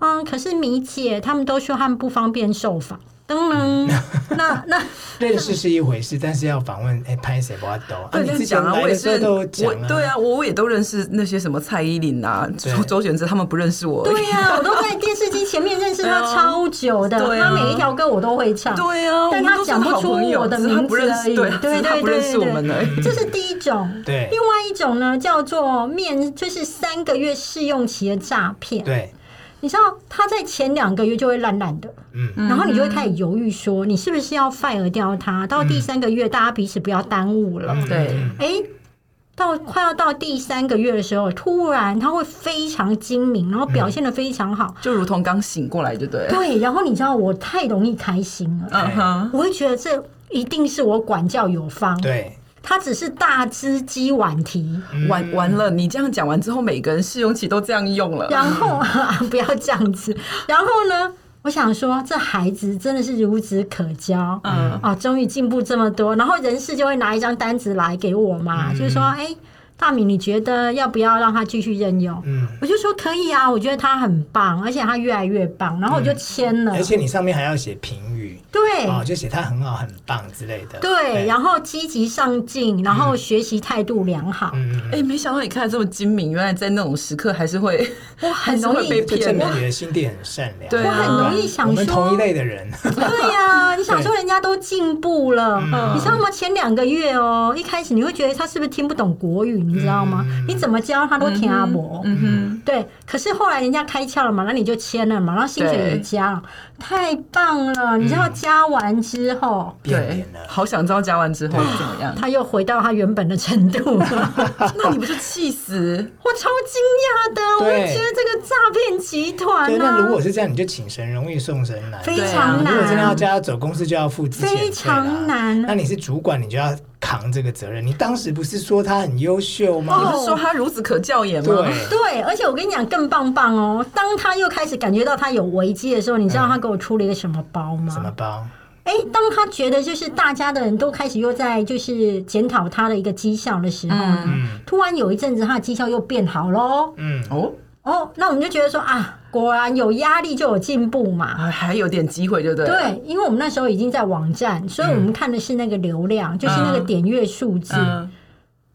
Speaker 3: 嗯，可是米姐他们都说他们不方便受访。噔
Speaker 1: 嗯
Speaker 3: 噔，那那
Speaker 2: 认识是一回事，但是要访问，哎，拍谁不要抖啊？
Speaker 1: 对
Speaker 2: 你
Speaker 1: 对
Speaker 2: 之前
Speaker 1: 讲啊，
Speaker 2: 来
Speaker 1: 我
Speaker 2: 的
Speaker 1: 也
Speaker 2: 时候
Speaker 1: 是，
Speaker 2: 都有
Speaker 1: 我
Speaker 2: 讲啊，
Speaker 1: 对，啊，我我也都认识那些什么蔡依林啊、
Speaker 2: 对
Speaker 1: 周周璇之，他们不认识我而已。
Speaker 3: 对 呀、我都在电视机前面认识他
Speaker 1: 对啊
Speaker 3: 超久的，
Speaker 1: 对
Speaker 3: 他
Speaker 1: 啊
Speaker 3: 每一条歌我都会唱。
Speaker 1: 对啊，
Speaker 3: 但
Speaker 1: 我
Speaker 3: 他
Speaker 1: 们都是
Speaker 3: 讲不
Speaker 1: 好
Speaker 3: 出
Speaker 1: 朋友
Speaker 3: 我的
Speaker 1: 只是他
Speaker 3: 名
Speaker 1: 不
Speaker 3: 字
Speaker 1: 认
Speaker 3: 而
Speaker 1: 识，
Speaker 3: 已
Speaker 1: 对啊，
Speaker 3: 对
Speaker 1: 只是他
Speaker 3: 对
Speaker 1: 不认
Speaker 3: 对
Speaker 1: 识我
Speaker 3: 对
Speaker 1: 们而已。
Speaker 3: 这是第一种，
Speaker 2: 对
Speaker 3: 另外一种呢，叫做面，就是三个月试用期的诈骗。
Speaker 2: 对，
Speaker 3: 你知道他在前两个月就会烂烂的，
Speaker 2: 嗯，
Speaker 3: 然后你就会开始犹豫说，你是不是要 fire 掉他？到第三个月，大家彼此不要耽误了。
Speaker 2: 嗯
Speaker 1: 对，
Speaker 3: 诶，到快要到第三个月的时候，突然他会非常精明，然后表现的非常好。
Speaker 1: 就如同刚醒过来，就对
Speaker 2: 嗯
Speaker 1: 了。
Speaker 3: 对，然后你知道我太容易开心了，
Speaker 1: 嗯哼，
Speaker 3: 我会觉得这一定是我管教有方，
Speaker 1: 嗯
Speaker 2: 对，
Speaker 3: 他只是大只鸡晚提。
Speaker 1: 完完了，你这样讲
Speaker 3: 啊
Speaker 1: 完之后，每个人试用期都这样用了。
Speaker 3: 然后不要这样子，然后呢，我想说，这孩子真的是孺子可教。
Speaker 1: 嗯
Speaker 3: 哦，终于进步这么多，然后人事就会拿一张单子来给我
Speaker 1: 嗯
Speaker 3: 嘛，就是说，哎，大米，你觉得要不要让他继续任用？
Speaker 2: 嗯，
Speaker 3: 我就说可以啊，我觉得他很棒，而且他越来越棒，然后我就签了。
Speaker 2: 嗯而且你上面还要写评语
Speaker 3: 对、
Speaker 2: 哦，就写他很好、很棒之类的。
Speaker 3: 对，然后积极上进，然
Speaker 1: 嗯
Speaker 3: 后学习态度良好，
Speaker 2: 嗯，嗯
Speaker 1: 哎、没想到你看得这么精明，原来在那种时刻还是会，
Speaker 3: 我
Speaker 1: 还
Speaker 3: 很
Speaker 1: 是
Speaker 3: 容
Speaker 1: 会
Speaker 3: 易
Speaker 1: 被
Speaker 2: 就证
Speaker 1: 骗
Speaker 2: 明你的心地很善良。
Speaker 1: 对啊
Speaker 3: 我很容易想
Speaker 2: 我们
Speaker 3: 说
Speaker 2: 同一类的人。
Speaker 3: 对呀、你想说人家都进步了，
Speaker 2: 嗯
Speaker 3: 你知道吗？前两个月哦，一开始你会觉得他是不是听不懂国语，你知道吗？
Speaker 2: 嗯
Speaker 3: 你怎么教他都听阿伯。
Speaker 1: 嗯哼，
Speaker 3: 对，可是后来人家开窍了嘛，那你就签了嘛，然后薪水也
Speaker 1: 对
Speaker 3: 加了，太棒了！你知道加完之后，
Speaker 2: 变
Speaker 1: 对
Speaker 2: 脸，了
Speaker 1: 好想知道加完之后是怎么样。
Speaker 3: 他又回到他原本的程度了
Speaker 1: 那你不就气死？
Speaker 3: 我超惊讶的，我
Speaker 2: 对
Speaker 3: 也觉得这个诈骗集团啊
Speaker 2: 对，那如
Speaker 3: 呢、
Speaker 2: 果是这样，你就请神容易送神难。
Speaker 3: 非
Speaker 2: 对
Speaker 1: 啊
Speaker 2: 啊
Speaker 1: 常
Speaker 2: 你如果真的要
Speaker 3: 难
Speaker 2: 叫他走，公司就要付之前
Speaker 3: 非常难
Speaker 2: 那你是主管，你就要扛这个责任。你当时不是说他很优秀
Speaker 3: 哦
Speaker 1: 你
Speaker 2: 吗？
Speaker 1: 不是说他孺子可教也吗？
Speaker 2: 对，
Speaker 3: 对，而且我跟你讲更棒棒哦，当他又开始感觉到他有危机的时候，你知道他给我出了一个什么包吗？
Speaker 2: 嗯什么包？
Speaker 3: 哎，当他觉得就是大家的人都开始又在就是检讨他的一个绩效的时候呢，
Speaker 2: 嗯
Speaker 3: 突然有一阵子他的绩效又变好喽。
Speaker 2: 嗯，
Speaker 1: 哦，
Speaker 3: 哦，那我们就觉得说啊，果然有压力就有进步嘛。
Speaker 1: 啊还有点机会，对不对？，
Speaker 3: 对，因为我们那时候已经在网站，所以我们看的是那个流量，就是那个点阅数字。
Speaker 1: 嗯，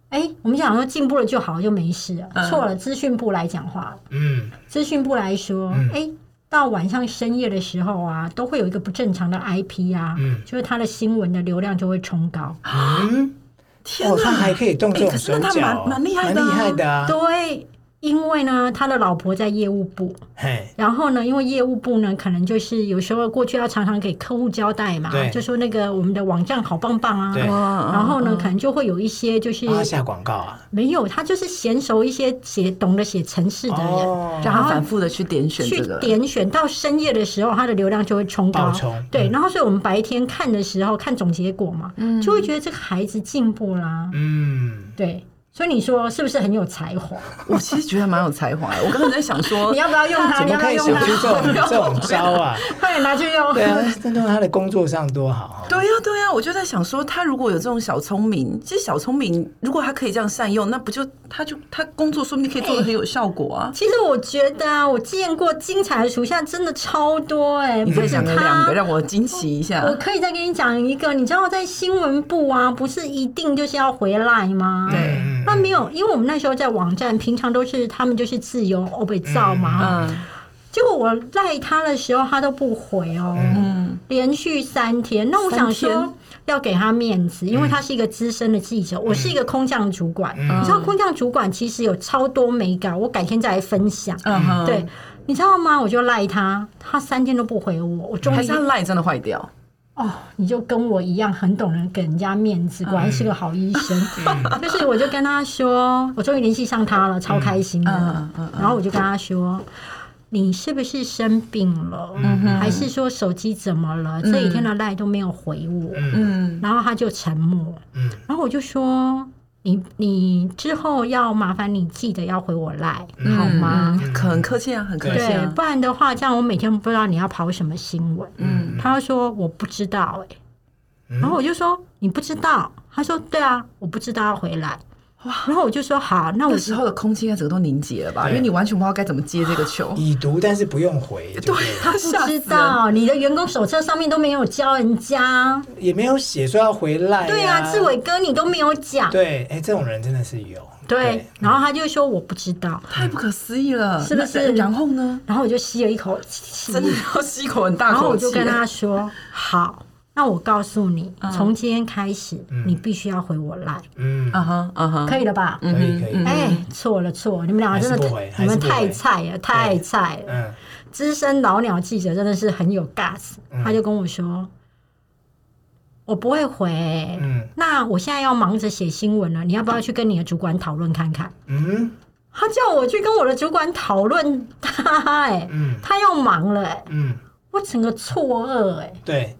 Speaker 3: 哎、我们想说进步了就好，就没事了。
Speaker 1: 嗯
Speaker 3: 错了，资讯部来讲话了。
Speaker 2: 嗯，
Speaker 3: 资讯部来说，
Speaker 2: 嗯
Speaker 3: 哎、到晚上深夜的时候啊，都会有一个不正常的 IP 啊，
Speaker 2: 嗯
Speaker 3: 就是它的新闻的流量就会冲高。
Speaker 2: 嗯，
Speaker 1: 天
Speaker 2: 哦，
Speaker 1: 哪，
Speaker 2: 他还可以动这
Speaker 1: 哎
Speaker 2: 种
Speaker 1: 可是
Speaker 2: 手
Speaker 1: 那他
Speaker 2: 脚哦，
Speaker 1: 蛮蛮厉害的
Speaker 2: 蛮
Speaker 1: 啊
Speaker 2: 厉害的啊。
Speaker 3: 对，因为呢，他的老婆在业务部，
Speaker 2: 嘿，
Speaker 3: 然后呢，因为业务部呢，可能就是有时候过去要常常给客户交代嘛
Speaker 2: 对，
Speaker 3: 就说那个我们的网站好棒棒啊，
Speaker 2: 对
Speaker 1: 哇
Speaker 3: 然后呢，
Speaker 1: 嗯
Speaker 3: 可能就会有一些就是
Speaker 2: 帮他下广告啊。
Speaker 3: 没有，他就是娴熟一些写懂得写程式的人。
Speaker 2: 哦
Speaker 1: 让
Speaker 3: 然
Speaker 1: 他
Speaker 3: 后
Speaker 1: 反复的去点选
Speaker 3: 去
Speaker 1: 这个，
Speaker 3: 点选到深夜的时候，它的流量就会冲高
Speaker 2: 爆冲。
Speaker 3: 对，
Speaker 2: 嗯
Speaker 3: 然后所以我们白天看的时候，看总结果嘛，就会觉得这个孩子进步啦。
Speaker 2: 嗯，
Speaker 3: 对，所以你说是不是很有才华？
Speaker 1: 我其实觉得他蛮有才华的。我刚才在想说
Speaker 3: 你，要不要用它？
Speaker 2: 怎
Speaker 3: 你
Speaker 2: 么
Speaker 3: 要不
Speaker 2: 可
Speaker 3: 要
Speaker 2: 以
Speaker 3: 用
Speaker 2: 想出这种
Speaker 3: 它？
Speaker 2: 这种招啊？
Speaker 3: 快点拿去用。
Speaker 2: 对啊，这用在他的工作上多好哦。
Speaker 1: 对呀、对呀、我就在想说，他如果有这种小聪明，其实小聪明如果他可以这样善用，那不就他就他工作说不定可以做的很有效果啊。
Speaker 3: 其实我觉得啊，我见过精彩的属下真的超多哎、
Speaker 1: 你
Speaker 3: 不
Speaker 1: 再
Speaker 3: 止
Speaker 1: 讲个两
Speaker 3: 他
Speaker 1: 个，。让我惊奇一下。
Speaker 3: 我可以再跟你讲一个，你知道在新闻部啊，不是一定就是要回来吗？
Speaker 1: 对
Speaker 2: 嗯，
Speaker 3: 那没有，因为我们那时候在网站，平常都是他们就是自由欧北造嘛。
Speaker 1: 嗯
Speaker 3: 结果我赖他的时候，他都不回哦，
Speaker 1: 嗯，
Speaker 3: 连续三天。那我想
Speaker 1: 三
Speaker 3: 说
Speaker 1: 天
Speaker 3: 要给他面子，因为他是一个资深的记
Speaker 1: 嗯
Speaker 3: 者，我是一个空降主管。你知道空降主管其实有超多美感，我改天再来分享。
Speaker 1: 嗯哼
Speaker 3: 对，你知道吗？我就赖他，他三天都不回我，我终
Speaker 1: 还
Speaker 3: 于
Speaker 1: 是他赖真的坏掉。
Speaker 3: 哦，你就跟我一样，很懂得给人家面子，果
Speaker 1: 嗯
Speaker 3: 然是个好医生。 就是我就跟他说，我终于联系上他了，超开心的。
Speaker 1: 嗯嗯
Speaker 3: 然后我就跟他说。你是不是生病了？
Speaker 1: 嗯
Speaker 3: 还是说手机怎么了？这几天的赖都没有回我，
Speaker 1: 嗯
Speaker 3: 然后他就沉默。
Speaker 2: 嗯
Speaker 3: 然后我就说：“你你之后要麻烦你记得要回我赖，好吗？”
Speaker 1: 嗯很客气啊，很客气
Speaker 3: 对，
Speaker 1: 啊。
Speaker 3: 不然的话，这样我每天不知道你要跑什么新闻。
Speaker 1: 嗯
Speaker 3: 他说我不知道、欸，然后我就说你不知道，他说对啊，我不知道要回来。然后我就说好，那我
Speaker 1: 那时候的空气应该整个都凝结了吧？
Speaker 2: 对
Speaker 1: 因为你完全不知道该怎么接这个球。
Speaker 2: 已读但是不用回，对不对
Speaker 1: 对，他
Speaker 3: 不
Speaker 1: 吓
Speaker 3: 知
Speaker 1: 死人。
Speaker 3: 道，你的员工手册上面都没有教人家。
Speaker 2: 也没有写说要回来、
Speaker 3: 对啊，志伟哥你都没有讲。
Speaker 2: 哎对，哎、这种人真的是有。
Speaker 3: 对，然后他就说我不知道，
Speaker 1: 太不可思议了，
Speaker 3: 是不是
Speaker 1: 那然后呢？
Speaker 3: 然后我就吸了一口气，
Speaker 1: 真的要吸一口很大
Speaker 3: 然后
Speaker 1: 口
Speaker 3: 我
Speaker 1: 气。啊
Speaker 3: 就跟他说好。那我告诉你，从今天开始，你必须要回我来，
Speaker 2: 嗯，
Speaker 1: 啊哈啊哈，
Speaker 3: 可以了吧？
Speaker 2: 可以可以，
Speaker 3: 哎，错了错了，你们两个真的
Speaker 2: 还是不回
Speaker 3: 太，你
Speaker 2: 还是
Speaker 3: 们
Speaker 2: 不回
Speaker 3: 太菜了，太菜了。
Speaker 2: 嗯
Speaker 3: 资深老鸟记者真的是很有 gas，他
Speaker 1: 嗯
Speaker 3: 就跟我说：“我不会回、
Speaker 2: 嗯
Speaker 3: 那我现在要忙着写新闻了，你要不要去跟你的主管讨论看看
Speaker 2: 嗯？”
Speaker 3: 他叫我去跟我的主管讨论他、哎、
Speaker 2: 嗯
Speaker 3: 他要忙了、哎，
Speaker 2: 嗯，
Speaker 3: 我整个错愕、哎，
Speaker 2: 对，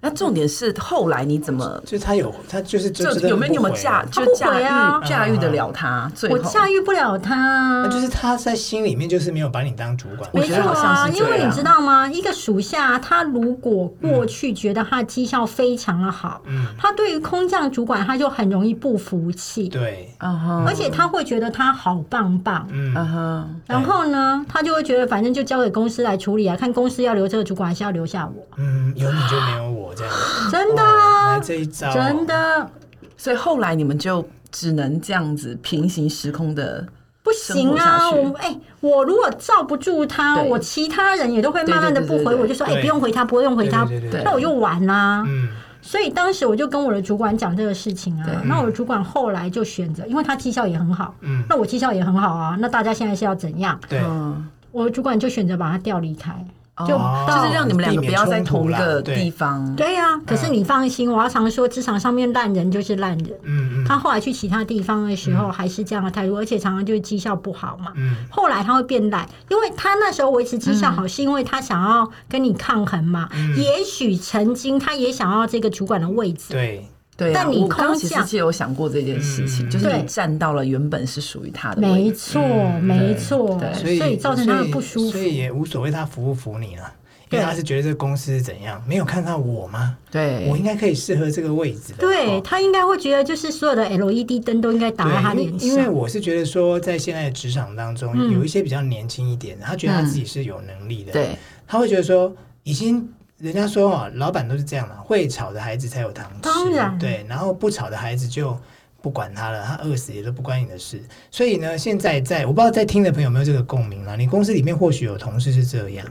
Speaker 1: 那重点是后来你怎么？
Speaker 2: 就是他有他就是就
Speaker 1: 这
Speaker 2: 真的
Speaker 1: 有没有
Speaker 2: 不
Speaker 1: 你有没有
Speaker 2: 回
Speaker 1: 驾
Speaker 3: 他
Speaker 1: 就
Speaker 3: 不
Speaker 1: 驾
Speaker 3: 回啊
Speaker 1: 驭驾驭得了他？最
Speaker 3: 我
Speaker 1: 后
Speaker 3: 驾驭不了他，
Speaker 2: 那就是他在心里面就是没有把你当主管，
Speaker 1: 啊我
Speaker 3: 没
Speaker 1: 觉
Speaker 3: 错
Speaker 1: 得好像
Speaker 3: 啊，
Speaker 1: 是这
Speaker 3: 因
Speaker 1: 样
Speaker 3: 为你知道吗？一个属下，他如果过去觉得他的绩效非常的好，
Speaker 2: 嗯，
Speaker 3: 他对于空降主管他就很容易不服气，
Speaker 2: 对，
Speaker 1: 啊哈
Speaker 3: 而且他会觉得他好棒棒。
Speaker 1: 啊
Speaker 2: 嗯，
Speaker 1: 哈
Speaker 3: 然后
Speaker 1: 哎
Speaker 3: 呢，他就会觉得反正就交给公司来处理啊，看公司要留这个主管还是要留下我，
Speaker 2: 嗯，有你就没有我这样，
Speaker 3: 真的
Speaker 2: 哇
Speaker 3: 啊
Speaker 2: 来，这一招，
Speaker 3: 真，的
Speaker 1: 所以后来你们就只能这样子平行时空的，
Speaker 3: 不行
Speaker 1: 生活下
Speaker 3: 啊！
Speaker 1: 去
Speaker 3: 我哎、我如果罩不住他，
Speaker 1: 对
Speaker 3: 我其他人也都会慢慢的
Speaker 1: 对
Speaker 3: 不
Speaker 1: 对对
Speaker 3: 回，
Speaker 1: 对对
Speaker 3: 我就说哎、
Speaker 2: 对
Speaker 3: 不用回他，不用回他
Speaker 2: 对对对对，
Speaker 1: 对
Speaker 3: 那我就完啦、
Speaker 2: 嗯，
Speaker 3: 所以当时我就跟我的主管讲这个事情
Speaker 1: 对
Speaker 3: 啊，那我的主管后来就选择，因为他绩效也很好，
Speaker 2: 嗯
Speaker 3: 那我绩效也很好啊，那大家现在是要怎样？
Speaker 2: 对，
Speaker 1: 嗯，
Speaker 3: 我的主管就选择把他调离开，
Speaker 1: 哦
Speaker 3: 就到
Speaker 1: 就是让你们两个不要在同一个
Speaker 2: 避免
Speaker 1: 地
Speaker 2: 冲
Speaker 1: 方。
Speaker 3: 对呀、
Speaker 2: 嗯
Speaker 3: 可是你放心，我要常说，职场上面烂人就是烂人。
Speaker 2: 嗯嗯
Speaker 3: 他后来去其他地方的时候，还是这样的态度，而且常常就是绩效不好嘛。
Speaker 2: 嗯，
Speaker 3: 后来他会变懒，因为他那时候维持绩效好，是因为他想要跟你抗衡嘛。
Speaker 2: 嗯
Speaker 3: 也许曾经他也想要这个主管的位置，
Speaker 2: 对，
Speaker 1: 对啊，
Speaker 3: 但你
Speaker 1: 我刚
Speaker 3: 空
Speaker 1: 其实
Speaker 3: 降
Speaker 1: 记得有想过这件事情，
Speaker 2: 嗯
Speaker 1: 就是你
Speaker 3: 对
Speaker 1: 占到了原本是属于他的位
Speaker 3: 没
Speaker 1: 置。
Speaker 3: 错，
Speaker 2: 嗯
Speaker 3: 没错
Speaker 1: 对，
Speaker 3: 所以造成他的不舒服
Speaker 2: 所以。所以也无所谓他服不服你了，因为
Speaker 3: 对
Speaker 2: 他是觉得这个公司是怎样，没有看到我吗？
Speaker 1: 对
Speaker 2: 我，应该可以适合这个位置的，
Speaker 3: 对
Speaker 2: 哦
Speaker 3: 他应该会觉得，就是所有的 LED 灯都应该打在他
Speaker 2: 对，
Speaker 3: 脸
Speaker 2: 因为因为
Speaker 3: 上。
Speaker 2: 我是觉得说，在现在的职场当中，
Speaker 3: 嗯
Speaker 2: 有一些比较年轻一点的，他觉得他
Speaker 1: 嗯
Speaker 2: 自己是有能力的，
Speaker 1: 对，
Speaker 2: 他会觉得说，已经人家说啊，老板都是这样的，会吵的孩子才有糖吃，
Speaker 3: 当然
Speaker 2: 对，然后不吵的孩子就不管他了，他饿死也都不关你的事。所以呢，现在在我不知道在听的朋友有没有这个共鸣啦，你公司里面或许有同事是这样。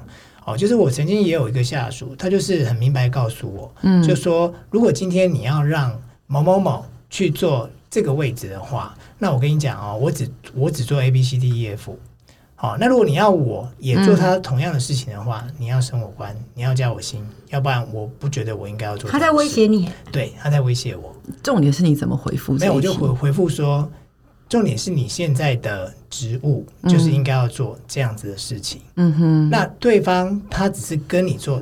Speaker 2: 哦，就是我曾经也有一个下属，他就是很明白告诉我，
Speaker 1: 嗯
Speaker 2: 就说如果今天你要让某某某去做这个位置的话，那我跟你讲哦，我只我只做 A B C D E F，好、那如果你要我也
Speaker 3: 嗯
Speaker 2: 做他同样的事情的话，你要升我官，你要加我薪，要不然我不觉得我应该嗯要做。
Speaker 3: 他在威，胁你，
Speaker 2: 对，他在威胁我。
Speaker 1: 重点是你怎么回复这
Speaker 2: 没
Speaker 1: 一
Speaker 2: 有，
Speaker 1: 题？
Speaker 2: 我就回回复说，重点是你现在的职务就是应该要做这样子的事情。
Speaker 1: 嗯哼，
Speaker 2: 那对方他只是跟你做，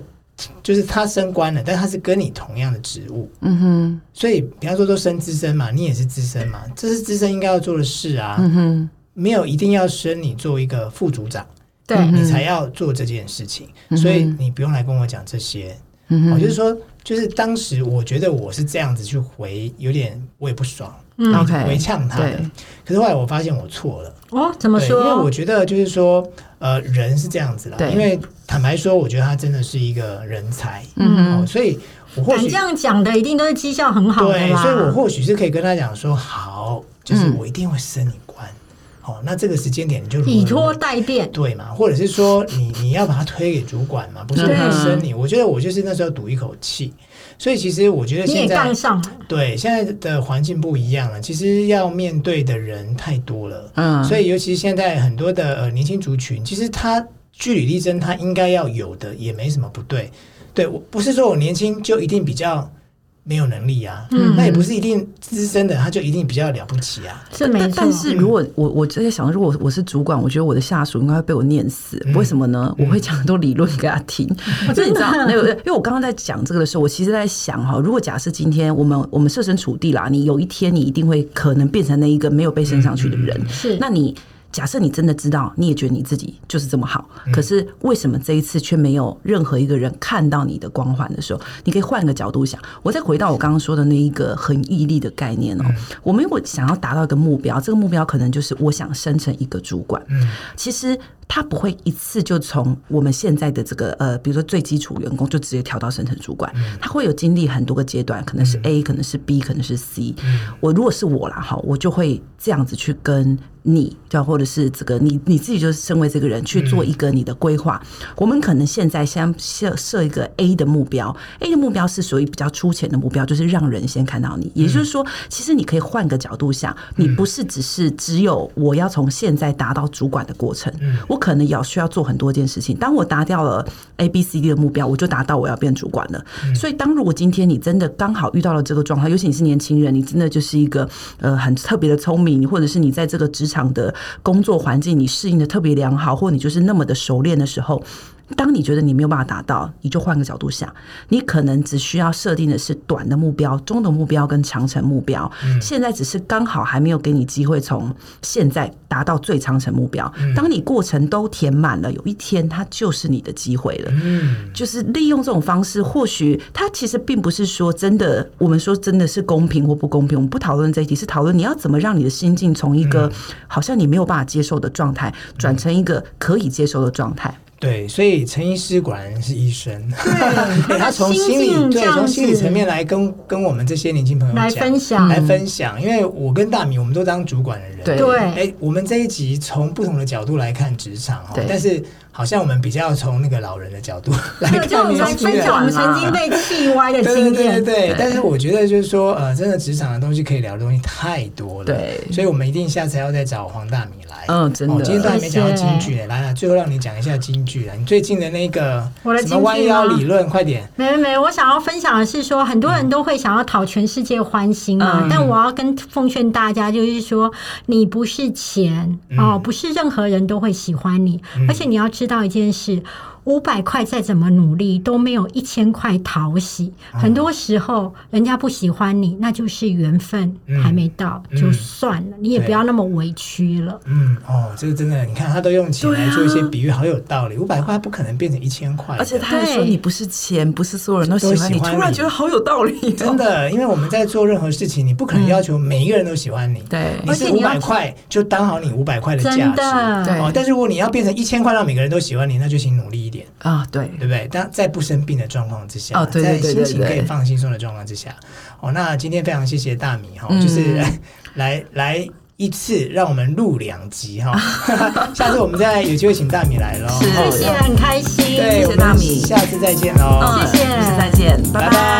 Speaker 2: 就是他升官了，但他是跟你同样的职务，
Speaker 1: 嗯哼，
Speaker 2: 所以比方说都升资深嘛，你也是资深嘛，这是资深应该要做的事啊。
Speaker 1: 嗯哼，
Speaker 2: 没有一定要升你做一个副组长，
Speaker 3: 对，
Speaker 2: 你才要做这件事情，
Speaker 1: 嗯嗯哼
Speaker 2: 所以你不用来跟我讲这些。
Speaker 1: 嗯
Speaker 2: 我、
Speaker 1: 哼，
Speaker 2: 就是说，就是当时我觉得我是这样子去回，有点我也不爽，
Speaker 3: 嗯
Speaker 2: 回
Speaker 1: OK，
Speaker 2: 回呛他的
Speaker 1: 对。
Speaker 2: 可是后来我发现我错了，
Speaker 3: 哦，怎么
Speaker 2: 对，因为我
Speaker 3: 说？
Speaker 2: 觉得就是说，呃，人是这样子啦。
Speaker 1: 对
Speaker 2: 因为坦白说，我觉得他真的是一个人才，
Speaker 1: 嗯
Speaker 2: 哦，所以我或
Speaker 3: 敢
Speaker 2: 许
Speaker 3: 这样讲的，一定都是绩效很好的
Speaker 2: 对，
Speaker 3: 啦。
Speaker 2: 所以我或许是可以跟他讲说，好，就是
Speaker 1: 嗯
Speaker 2: 我一定会升你官。哦，那这个时间点你就如何
Speaker 3: 以拖代变，
Speaker 2: 对嘛，或者是说你你要把它推给主管嘛，不
Speaker 3: 嗯
Speaker 2: 是
Speaker 1: 对
Speaker 2: 他升你。我觉得我就是那时候赌一口气，所以其实我觉得
Speaker 3: 你
Speaker 2: 现
Speaker 3: 也
Speaker 2: 在
Speaker 3: 杠上了。
Speaker 2: 对现在的环境不一样了，其实要面对的人太多了，
Speaker 1: 嗯，
Speaker 2: 所
Speaker 1: 以
Speaker 2: 以尤其现在很多的呃年轻族群，其实他据理力争，他应该要有的也没什么不对。对我不是说我年轻就一定比较没有能力啊，
Speaker 3: 嗯
Speaker 2: 那也不是一定资深的他就一定比较了不起啊。
Speaker 3: 是没
Speaker 1: 但
Speaker 3: 错，嗯
Speaker 1: 但是如果我我就在想，如果我是主管，我觉得我的下属应该会被我念死。为什么呢？我会讲很多理论给他 听，
Speaker 3: 哦
Speaker 1: 所以你知道，
Speaker 3: 啊
Speaker 1: 那个，因为我刚刚在讲这个的时候，我其实在想哈，如果假设今天我们我们设身处地啦，你有一天你一定会可能变成那一个没有被升上去的人，
Speaker 3: 嗯是
Speaker 1: 那你假设你真的知道，你也觉得你自己就是这么好，可是为什么这一次却没有任何一个人看到你的光环的时候，你可以换个角度想。我再回到我刚刚说的那一个很毅力的概念哦，我们如果想要达到一个目标，这个目标可能就是我想生成一个主管，其实。他不会一次就从我们现在的这个呃，比如说最基础员工就直接跳到生成主管，他会有经历很多个阶段，可能是 A，可能是 B，可能是 C。我如果是我啦，哈，我就会这样子去跟你，对吧，或者是这个你你自己就是身为这个人去做一个你的规划。我们可能现在先设设一个 A 的目标，A 的目标是属于比较粗浅的目标，就是让人先看到你。也就是说，其实你可以换个角度想，你不是只是只有我要从现在达到主管的过程，我可能也要需要做很多件事情。当我达掉了 A、B、C、D 的目标，我就达到我要变主管了。所以，当如果今天你真的刚好遇到了这个状况，尤其你是年轻人，你真的就是一个呃很特别的聪明，或者是你在这个职场的工作环境你适应的特别良好，或你就是那么的熟练的时候。当你觉得你没有办法达到，你就换个角度想，你可能只需要设定的是短的目标、中的目标跟长程目标。现在只是刚好还没有给你机会从现在达到最长程目标。当你过程都填满了，有一天它就是你的机会了。
Speaker 2: 嗯，
Speaker 1: 就是利用这种方式，或许它其实并不是说真的，我们说真的是公平或不公平，我们不讨论这一题，是讨论你要怎么让你的心境从一个好像你没有办法接受的状态，转成一个可以接受的状态。
Speaker 2: 对，所以陈医师果然是医生，对他从
Speaker 3: 心
Speaker 2: 心理
Speaker 3: 境
Speaker 2: 对
Speaker 3: 这样
Speaker 2: 从心理
Speaker 3: 子
Speaker 2: 层面来跟跟我们这些年轻朋友
Speaker 3: 来
Speaker 2: 讲
Speaker 3: 分享
Speaker 2: 来分享，因为我跟大米我们都当主管的人，
Speaker 1: 对
Speaker 2: 哎、
Speaker 3: 对，
Speaker 2: 我们这一集从不同的角度来看职场哦
Speaker 1: 对，
Speaker 2: 但是好像我们比较从那个老人的角 度来
Speaker 3: 对，就
Speaker 2: 看
Speaker 3: 来
Speaker 2: 年轻
Speaker 3: 分
Speaker 2: 人。
Speaker 3: 享我们曾经被气歪的
Speaker 2: 对对
Speaker 3: 经
Speaker 2: 对对
Speaker 3: 验。
Speaker 2: 对，但是我觉得就是说，呃，真的职场的东西可以聊的东西太多了，
Speaker 1: 对
Speaker 2: 所以我们一定下次要再找黄大米来。
Speaker 1: 嗯，真
Speaker 2: 哦，今天都
Speaker 1: 的。
Speaker 2: 还没讲到京剧呢，来来，最后让你讲一下京剧了。你最近的那个
Speaker 3: 我的
Speaker 2: 什
Speaker 3: 京
Speaker 2: 么
Speaker 3: 剧
Speaker 2: 弯腰理论，快点！
Speaker 3: 没没没，我想要分享的是说，很多人都会想要讨全世界欢心嘛，
Speaker 1: 嗯
Speaker 3: 但我要跟奉劝大家，就是说，你不是钱、
Speaker 2: 嗯
Speaker 3: 哦，不是任何人都会喜欢你，而且你要知道一件事。五百块再怎么努力都没有一千块讨喜，
Speaker 2: 啊
Speaker 3: 很多时候人家不喜欢你，那就是缘分
Speaker 2: 嗯
Speaker 3: 还没到，就算了，你也不要那么委屈了。
Speaker 2: 嗯，哦，这个真的，你看他都用钱来做一些比喻，好有道理。五百块不可能变成一千块的，
Speaker 1: 而且他还说
Speaker 3: 对
Speaker 1: 你不是钱，不是所有人都喜欢你，
Speaker 2: 都喜欢你
Speaker 1: 突然觉得好有道理、哦，
Speaker 2: 真。的，因为我们在做任何事情，你不可能要求每一个人都喜欢你。
Speaker 1: 对
Speaker 2: 你是
Speaker 3: 而且
Speaker 2: 五
Speaker 3: 你要
Speaker 2: 百块就当好你五百块的价
Speaker 3: 真的
Speaker 2: 值。
Speaker 1: 对
Speaker 2: 哦，但是如果你要变成一千块让每个人都喜欢你，那就请努力一点。
Speaker 1: 啊，对，
Speaker 2: 对不对？但在不生病的状况之下，
Speaker 1: 哦对对对对
Speaker 2: 在心情
Speaker 1: 对
Speaker 2: 可
Speaker 1: 对
Speaker 2: 以放轻松的状况之下，哦，那今天非常谢谢大 米哈、
Speaker 1: 嗯
Speaker 2: 就是 来来一次让我们录两集哈、 下次我们再有机会请大米来喽。
Speaker 1: 是
Speaker 2: 哦
Speaker 3: 谢谢，很开心，
Speaker 2: 对，
Speaker 1: 谢谢大米
Speaker 2: 我们下次再见喽。哦
Speaker 1: 嗯
Speaker 3: 谢谢
Speaker 1: 下次再见，拜
Speaker 2: 拜
Speaker 1: 拜。